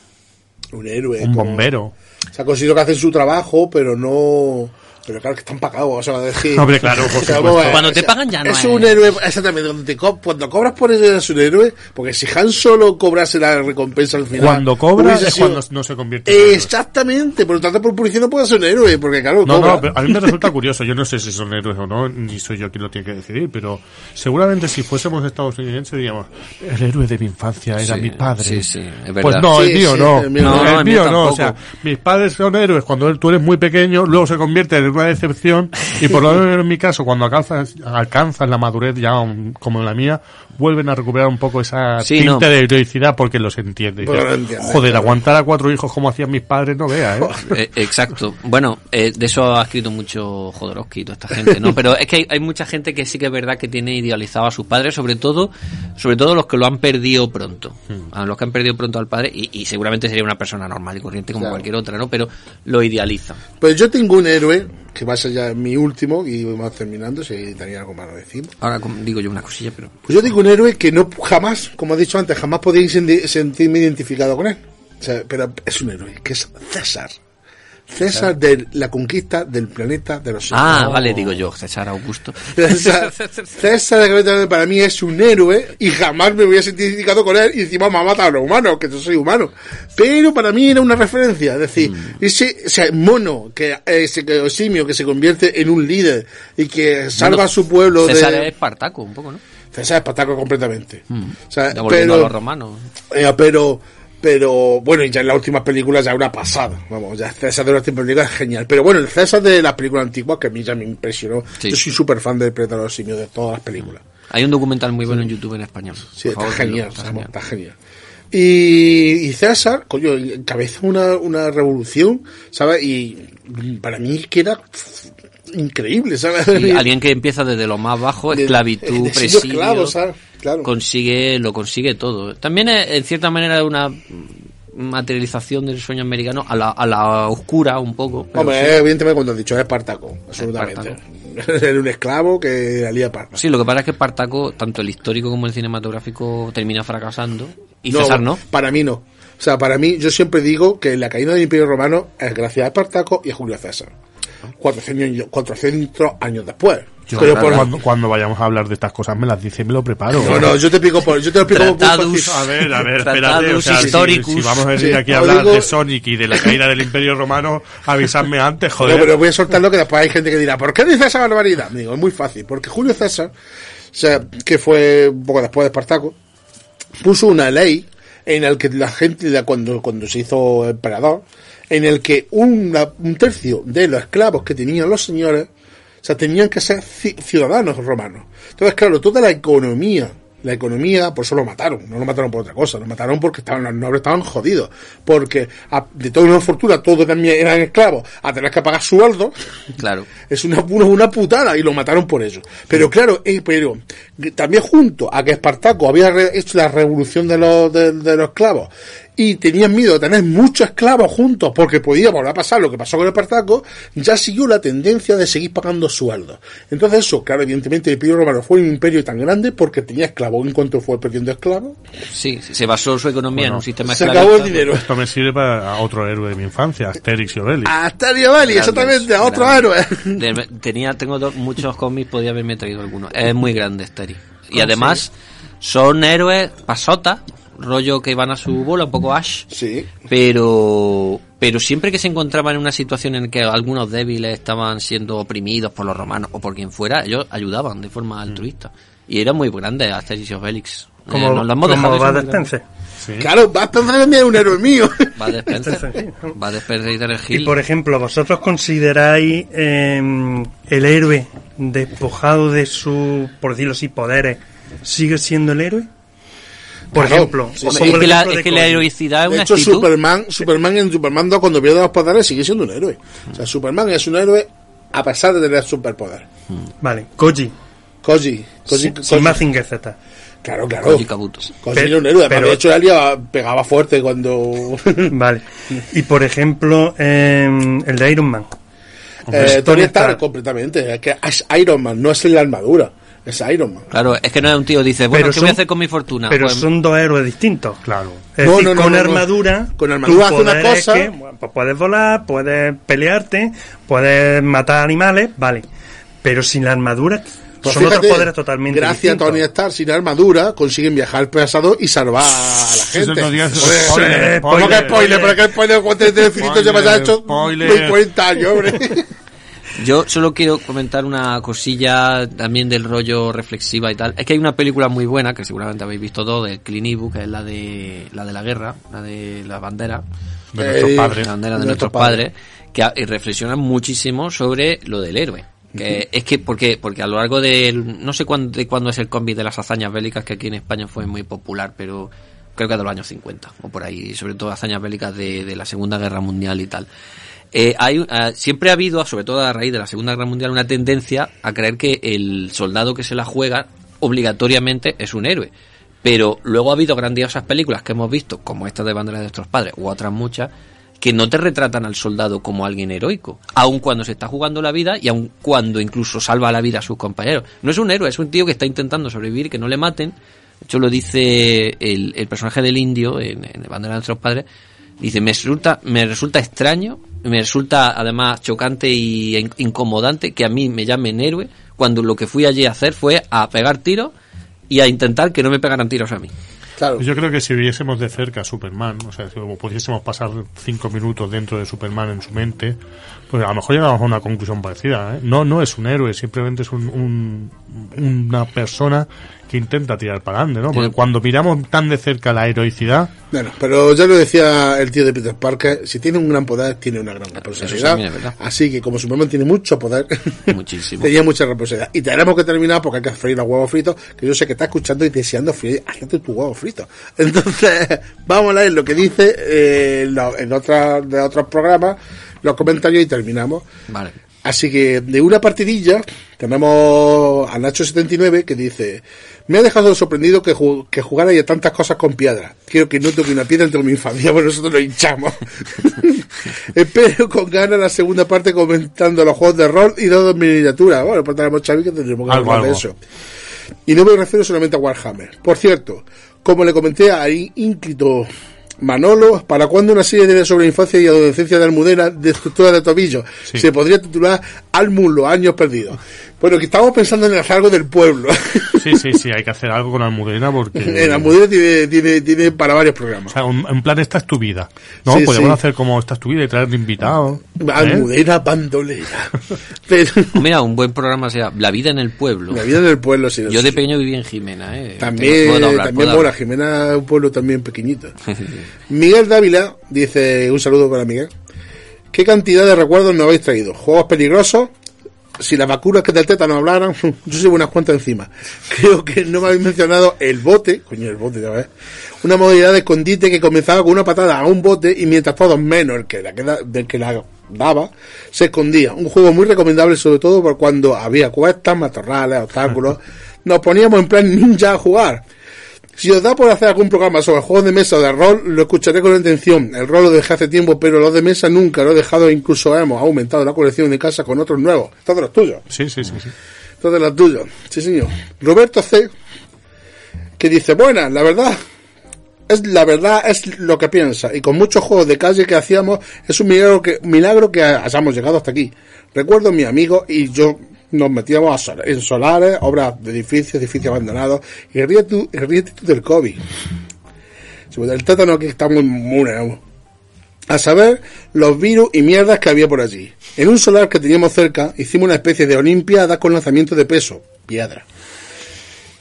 A: un héroe.
C: un
A: como-
C: bombero.
A: O sea, considero que hacen su trabajo, pero no. Pero claro que están pagados, o sea, es que-
C: Hombre, claro, por
A: o sea,
C: supuesto.
A: vamos a ver,
D: Cuando
A: o
D: te
A: sea,
D: pagan ya no
A: es
D: es.
A: un héroe, exactamente, cuando, te co- cuando cobras por eso eres un héroe, porque si Han solo cobrase la recompensa al final.
C: Cuando cobras
A: hubiese
C: es
A: sido-
C: cuando no se convierte en héroe.
A: Exactamente, por lo tanto por policía no puede ser un héroe, porque claro,
C: No,
A: cobra.
C: no, pero a mí me resulta curioso. Yo no sé si son héroes o no, ni soy yo quien lo tiene que decidir, pero seguramente si fuésemos estadounidenses diríamos, el héroe de mi infancia era
D: Sí,
C: mi padre.
D: sí, sí, es verdad.
C: Pues no, el
A: Sí,
C: mío
A: sí,
C: no.
A: el mío
D: no. No,
C: el
D: el mío
C: mío no. O
D: tampoco.
C: sea, mis padres son héroes cuando él- tú eres muy pequeño, luego se convierte en una decepción y por lo menos en mi caso, cuando alcanzas, alcanzas la madurez ya un- como la mía, vuelven a recuperar un poco esa
D: Sí,
C: tinta
D: no.
C: de heroicidad porque los entiende. Y
A: Porque
C: dices,
A: Pues lo entiende,
C: Joder,
A: claro.
C: aguantar a cuatro hijos como hacían mis padres, no veas, ¿eh?
D: Eh, exacto. Bueno, eh, de eso ha escrito mucho Jodorowsky y toda esta gente, ¿no? Pero es que hay, hay mucha gente que sí que es verdad que tiene idealizado a sus padres, sobre todo, sobre todo los que lo han perdido pronto.
C: Hmm.
D: A los que han perdido pronto al padre, y, y seguramente sería una persona normal y corriente como
A: Claro.
D: cualquier otra, ¿no? Pero lo idealizan.
A: Pues yo tengo un héroe, que va a ser ya mi último, y vamos terminando, si tenía algo más que decir.
D: Ahora com- digo yo una cosilla, pero...
A: Pues yo tengo un héroe que no jamás, como he dicho antes, jamás podéis sen- sentirme identificado con él. O sea, pero es un héroe, que es César. César de la conquista del planeta de los
D: Ah, vale, digo yo, César Augusto.
A: César, César de la conquista del- para mí es un héroe y jamás me voy a sentir identificado con él y encima me ha matado a los humanos, que yo soy humano. Pero para mí era una referencia, es decir,
D: Mm.
A: ese, ese mono que, ese que- o simio que se convierte en un líder y que salva a su pueblo
D: César
A: de...
D: es Espartaco, un poco, ¿no?
A: César es pataco completamente. O sea,
D: Devolviendo Hmm. a
A: Eh, pero,
D: los romanos.
A: eh, pero, pero, bueno, y ya en las últimas películas ya una pasada. Vamos, ya César de las últimas películas es genial. Pero bueno, el César de las películas antiguas que a mí ya me impresionó.
D: Sí.
A: Yo soy súper fan del Planeta de los Simios, de todas las películas.
D: Hay un documental muy bueno en YouTube en español.
A: Sí,
D: Por
A: está,
D: favor,
A: genial,
D: que lo- está
A: vamos,
D: genial.
A: está genial. Y, y César, coño, encabeza una, una revolución, ¿sabes? Y para mí queda increíble, ¿sabes?
D: Y alguien que empieza desde lo más bajo,
A: De-
D: esclavitud,
A: de siendo
D: presidio,
A: esclavo, ¿sabes? Claro.
D: consigue, lo consigue todo. También es, en cierta manera, una materialización del sueño americano a la, a la oscura un poco. pero
A: Hombre,
D: sí. Ah,
A: eh, evidentemente cuando has dicho es Espartaco, absolutamente. Era un esclavo que la lía parda.
D: Sí, lo que pasa es que Espartaco, tanto el histórico como el cinematográfico, termina fracasando. Y
A: No,
D: César no.
A: Para mí no. O sea, para mí, yo siempre digo que la caída del Imperio Romano es gracias a Espartaco y a Julio César.
D: Ah.
A: 400, años- 400 años después.
C: Yo,
A: Pero por-
C: cuando, cuando vayamos a hablar de estas cosas me las dice y me lo preparo.
A: No, no, yo te pico por, yo te lo pico por- por
D: Tratados.
A: fácil.
C: A ver, a ver, espérate.
D: Tratados
C: O sea, si,
D: históricus.
C: si vamos a venir
A: Sí,
C: aquí a
A: no
C: hablar
A: digo-
C: de Sonic y de la caída del Imperio Romano, avisadme antes, joder.
A: No, pero voy a soltarlo que después hay gente que dirá, ¿por qué dices esa barbaridad? Digo, es muy fácil, porque Julio César, o sea, que fue un poco después de Espartaco, puso una ley en la que la gente, la- cuando, cuando se hizo emperador, en el que una- un tercio de los esclavos que tenían los señores, o sea, tenían que ser ci- ciudadanos romanos. Entonces, claro, toda la economía, la economía, por eso lo mataron, no lo mataron por otra cosa, lo mataron porque estaban, los nobles estaban jodidos, porque a- de toda una fortuna todos también eran esclavos, a tener que pagar sueldo,
D: Claro.
A: es una, una, una putada y lo mataron por eso. Pero claro, eh, pero también junto a que Espartaco había re- hecho la revolución de los, de, de los esclavos y tenían miedo de tener muchos esclavos juntos porque podía volver a pasar lo que pasó con Espartaco, ya siguió la tendencia de seguir pagando sueldos. Entonces eso, claro, evidentemente el imperio romano fue un imperio tan grande porque tenía esclavos. En cuanto fue perdiendo esclavos,
D: Sí, se basó su economía en
C: Bueno,
D: un sistema
A: se
D: esclavista.
A: acabó el dinero.
C: Esto me sirve para otro héroe de mi infancia, Asterix y Obelix.
A: Hasta Valley, exactamente, a otro héroe.
D: Grandes, grandes. Tenía, tengo dos- muchos cómics, podía haberme traído algunos. Es muy grande Steri. Y además, son héroes pasotas, rollo que van a su bola, un poco Ash.
A: Sí.
D: Pero, pero siempre que se encontraban en una situación en que algunos débiles estaban siendo oprimidos por los romanos o por quien fuera, ellos ayudaban de forma altruista. Y era muy grande Asterix y Obelix. Eh,
E: Como,
D: nos lo hemos
E: como
D: dejado, eso
E: va
D: es muy
E: de
D: grande.
E: Spencer.
C: Sí.
A: Claro, vas a pensar en mí, un héroe mío.
D: Va de Spencer.
E: Spencer, sí.
D: Va de Spencer y Terence
E: Y
D: Hill.
E: por ejemplo, ¿vosotros consideráis eh, el héroe despojado de su, por decirlo así, poderes, sigue siendo el héroe? Por
A: Claro,
E: ejemplo,
A: sí,
E: os
A: sí.
E: pongo
D: es
E: el
D: que la,
E: ejemplo
D: es
E: de
D: que la
E: Conan.
D: heroicidad
A: De
D: es una
A: hecho,
D: actitud.
A: Superman, Superman en Superman 2 cuando pierde los poderes sigue siendo un héroe. O sea, Superman es un héroe a pesar de tener superpoder.
E: Vale, Koji,
A: Koji, Koji,
E: sin,
A: Koji-
E: sin Mazinger Z.
A: claro, claro.
D: Koji Kabuto.
A: Koji
E: Pero-
A: era un héroe. Además,
E: pero-
A: de hecho, Alia pegaba fuerte cuando
E: Vale.
A: Mm.
E: Y por ejemplo, eh, el de Iron Man.
A: eh, Tony
E: Tony
A: Stark
E: Stark.
A: completamente. Es que es Iron Man, no es la armadura, es Iron Man.
E: Pues
D: Claro, es que no es un tío dice, bueno,
E: Pero
D: ¿qué voy a
E: son-
D: hacer con mi fortuna?
E: Pero
D: Pues,
E: son dos héroes distintos.
C: Claro.
E: Es
A: No,
E: decir,
A: no, no,
E: con
A: no, no.
E: armadura.
A: Con armadura
E: tu
A: hace una
E: poder es
A: cosa.
E: que, bueno, pues puedes volar, puedes pelearte, puedes matar animales, vale. Pero sin la armadura
A: Pues
E: son
A: fíjate,
E: otros poderes totalmente
A: Gracias a
E: distintos.
A: Tony Stark sin armadura consiguen viajar al pasado y salvar a la
C: Eso
A: gente.
C: no digas
A: Joder,
C: spoiler,
A: ¿cómo que
C: spoiler?
A: spoiler? ¿Pero qué spoiler? ¿Cuántos definitos
C: Spoiler,
A: llevas ya hecho?
C: spoiler.
A: 40 años, hombre.
D: Yo solo quiero comentar una cosilla también del rollo reflexiva y tal. Es que hay una película muy buena, que seguramente habéis visto todos, de Clint Eastwood, que es la de, la de la guerra, la de la bandera.
C: De
A: Eh,
C: nuestros padres.
D: la bandera de
A: De nuestros
D: nuestros padres, que ha- y reflexionan muchísimo sobre lo del héroe. Que es que, ¿por qué? Porque a lo largo del. No sé cuándo, de cuándo es el cómic de las hazañas bélicas, que aquí en España fue muy popular, pero creo que de los años 50 o por ahí, sobre todo hazañas bélicas de, de la Segunda Guerra Mundial y tal. Eh, hay, ah, siempre ha habido, sobre todo a raíz de la Segunda Guerra Mundial, una tendencia a creer que el soldado que se la juega obligatoriamente es un héroe. Pero luego ha habido grandiosas películas que hemos visto, como esta de Bandera de nuestros padres u otras muchas, que no te retratan al soldado como alguien heroico, aun cuando se está jugando la vida y aun cuando incluso salva la vida a sus compañeros. No es un héroe, es un tío que está intentando sobrevivir, que no le maten. De hecho, lo dice el, el personaje del indio en, en el Bandera de nuestros padres. Dice, me resulta, me resulta extraño, me resulta además chocante y in- incomodante que a mí me llamen héroe cuando lo que fui allí a hacer fue a pegar tiros y a intentar que no me pegaran tiros a mí.
A: Claro.
C: Yo creo que si viésemos de cerca a Superman, o sea, si pudiésemos pasar cinco minutos dentro de Superman en su mente, pues a lo mejor llegamos a una conclusión parecida. ¿eh? No, no es un héroe, simplemente es un, un- una persona que intenta tirar para adelante, ¿no? Porque
D: Sí.
C: cuando miramos tan de cerca la heroicidad,
A: Bueno, pero ya lo decía el tío de Peter Parker, si tiene un gran poder, tiene una gran responsabilidad.
D: también Ah, es verdad.
A: Así que como Superman tiene mucho poder,
D: Muchísimo.
A: tenía mucha responsabilidad. Y tenemos que terminar porque hay que freír los huevos fritos, que yo sé que está escuchando y deseando freír, hazte tu huevo frito. Entonces, vamos a leer lo que dice eh, en la- en otra, de otros programas, los comentarios y terminamos.
D: Vale.
A: Así que de una partidilla tenemos a Nacho79 que dice, me ha dejado sorprendido que, ju- que jugara a tantas cosas con piedra. Quiero que no toque una piedra entre mi infancia, bueno, nosotros lo hinchamos. Espero con ganas la segunda parte comentando los juegos de rol y dados en miniatura. Bueno, pues tenemos Xavi que tendremos que
C: Algo,
A: hablar de
C: algo.
A: eso. Y no me refiero solamente a Warhammer. Por cierto, como le comenté a í- ínclito Manolo, ¿para cuándo una serie de sobre infancia y adolescencia de Almudena de estructura de tobillo?
C: Sí.
A: Se podría titular Almus, los años perdidos. Bueno, que estamos pensando en el algo del pueblo.
C: sí, sí, sí, hay que hacer algo con Almudena porque...
A: en Almudena tiene, tiene, tiene para varios
C: O
A: programas.
C: sea, un- en plan, esta es tu vida. ¿No?
A: Sí,
C: Podemos
A: sí.
C: hacer como esta es tu vida y traer invitados. ¿eh?
A: Almudena bandolera. Pero,
D: O Mira, un buen programa sea La vida en el pueblo.
A: la vida del pueblo, sí.
D: Yo de pequeño viví en Jimena, ¿eh?
A: También,
D: Tengo- puedo hablar,
A: también
D: puedo
A: mola,
D: hablar.
A: Jimena es un pueblo también pequeñito. Miguel Dávila dice, un saludo para Miguel. ¿Qué cantidad de recuerdos nos habéis traído? ¿Juegos peligrosos? Si las vacunas que del teta no hablaran, yo llevo unas cuantas encima. Creo que no me habéis mencionado el bote, coño, el bote, ya ves. Una modalidad de escondite que comenzaba con una patada a un bote y mientras todos, menos el que la, queda- del que la daba, se escondía. Un juego muy recomendable, sobre todo por cuando había cuestas, matorrales, obstáculos. Nos poníamos en plan ninja a jugar. Si os da por hacer algún programa sobre juegos de mesa o de rol, lo escucharé con atención. El rol lo dejé hace tiempo, pero los de mesa nunca lo he dejado. Incluso hemos aumentado la colección de casa con otros nuevos. Todos los tuyos.
C: Sí, sí, sí. sí.
A: Todos los tuyos. Sí, señor. Roberto C. Que dice, buena, la verdad. Es la verdad, es lo que piensa. Y con muchos juegos de calle que hacíamos, es un milagro que, milagro que hayamos llegado hasta aquí. Recuerdo a mi amigo y yo nos metíamos a sol- en solares, obras de edificios, edificios abandonados. Y ríete tú, y ríete tú del COVID. Sí, pues El tátano aquí está muy inmune. A saber, los virus y mierdas que había por allí. En un solar que teníamos cerca, hicimos una especie de olimpiada con lanzamiento de peso, piedra.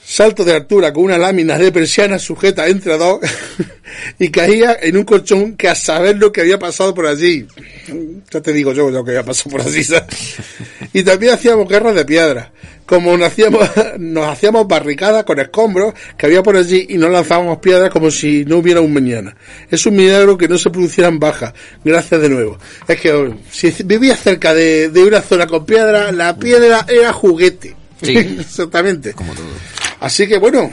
A: Salto de altura con una lámina de persiana sujeta entre dos y caía en un colchón que a saber lo que había pasado por allí. Ya te digo yo lo que había pasado por allí. ¿sabes? Y también hacíamos guerras de piedra. Como nos hacíamos, nos hacíamos barricadas con escombros que había por allí y no lanzábamos piedras como si no hubiera un mañana. Es un milagro que no se producieran bajas. Gracias de nuevo. Es que oh, si vivías cerca de, de una zona con piedra, la piedra era juguete.
D: Sí.
A: Exactamente. Así que bueno,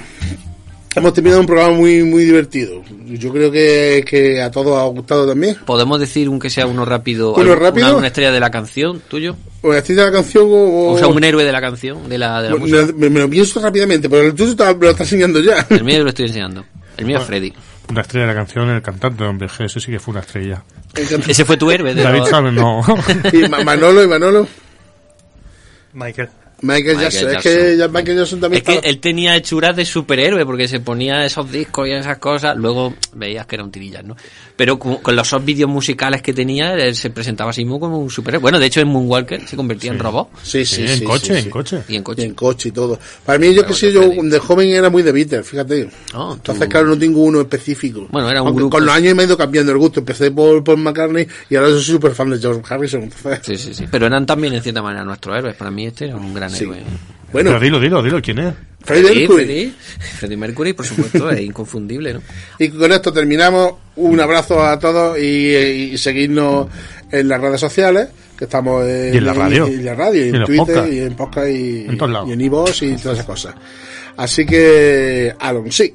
A: hemos terminado un programa muy, muy divertido. Yo creo que, que a todos ha gustado también.
D: ¿Podemos decir un que sea uno rápido?
A: ¿Uno
D: algún-
A: rápido?
D: Una, una estrella de la canción, tuyo.
A: ¿O la de la canción o,
D: O sea, un héroe de la canción, de la, de la
A: Bueno,
D: música.
A: me, me lo pienso rápidamente, pero el tuyo está- me lo está enseñando ya.
D: El mío yo lo estoy enseñando. El
A: Ah.
D: mío es Freddy.
C: Una estrella de la canción, el cantante, hombre, je, ese sí que fue una estrella.
D: Ese fue tu héroe. De
C: David
D: los-
C: Chávez no.
A: Y Ma- Manolo y Manolo.
E: Michael.
A: Michael, Jackson. Es que
D: Jackson.
A: ya Michael Jackson también
D: Es que
A: estaba-
D: él tenía hechuras de superhéroe porque se ponía esos discos y esas cosas. Luego veías que era un tirillas, ¿no? Pero con, con los esos vídeos musicales que tenía, él se presentaba así mismo como un superhéroe. Bueno, de hecho en Moonwalker se convertía en robot
A: Sí,
C: Sí,
A: sí,
C: Eh, en
A: sí,
C: coche,
A: sí,
C: en
A: sí.
C: coche.
D: y en
A: Y
D: coche.
A: en coche y todo. Para mí, yo que
D: Pero
A: sé, yo
D: bueno, Freddy.
A: de joven era muy de Beatles, fíjate.
D: Ah,
A: Entonces,
D: tú-
A: claro, no tengo uno específico.
D: Bueno, era un
A: Aunque
D: grupo.
A: Con los años y medio cambiando el gusto. Empecé por, por McCartney y ahora soy súper fan de George Harrison. entonces-
D: Sí, sí, sí. Pero eran también en cierta manera nuestros héroes. Para mí este era un gran
A: Sí.
D: héroe.
A: Bueno,
C: Pero dilo, dilo, dilo, ¿quién es?
A: Freddie Mercury.
D: Freddie, Freddie Mercury, por supuesto, es inconfundible, ¿no?
A: Y con esto terminamos. Un abrazo a todos y, y seguirnos en las redes sociales, que estamos en,
C: Y en la radio.
A: y en la radio, y
C: Y
A: en,
C: en los
A: Twitter,
C: podcast.
A: y en podcast, y
C: En todos lados.
A: y en iVoox y todas esas cosas. Así que, Alon, sí.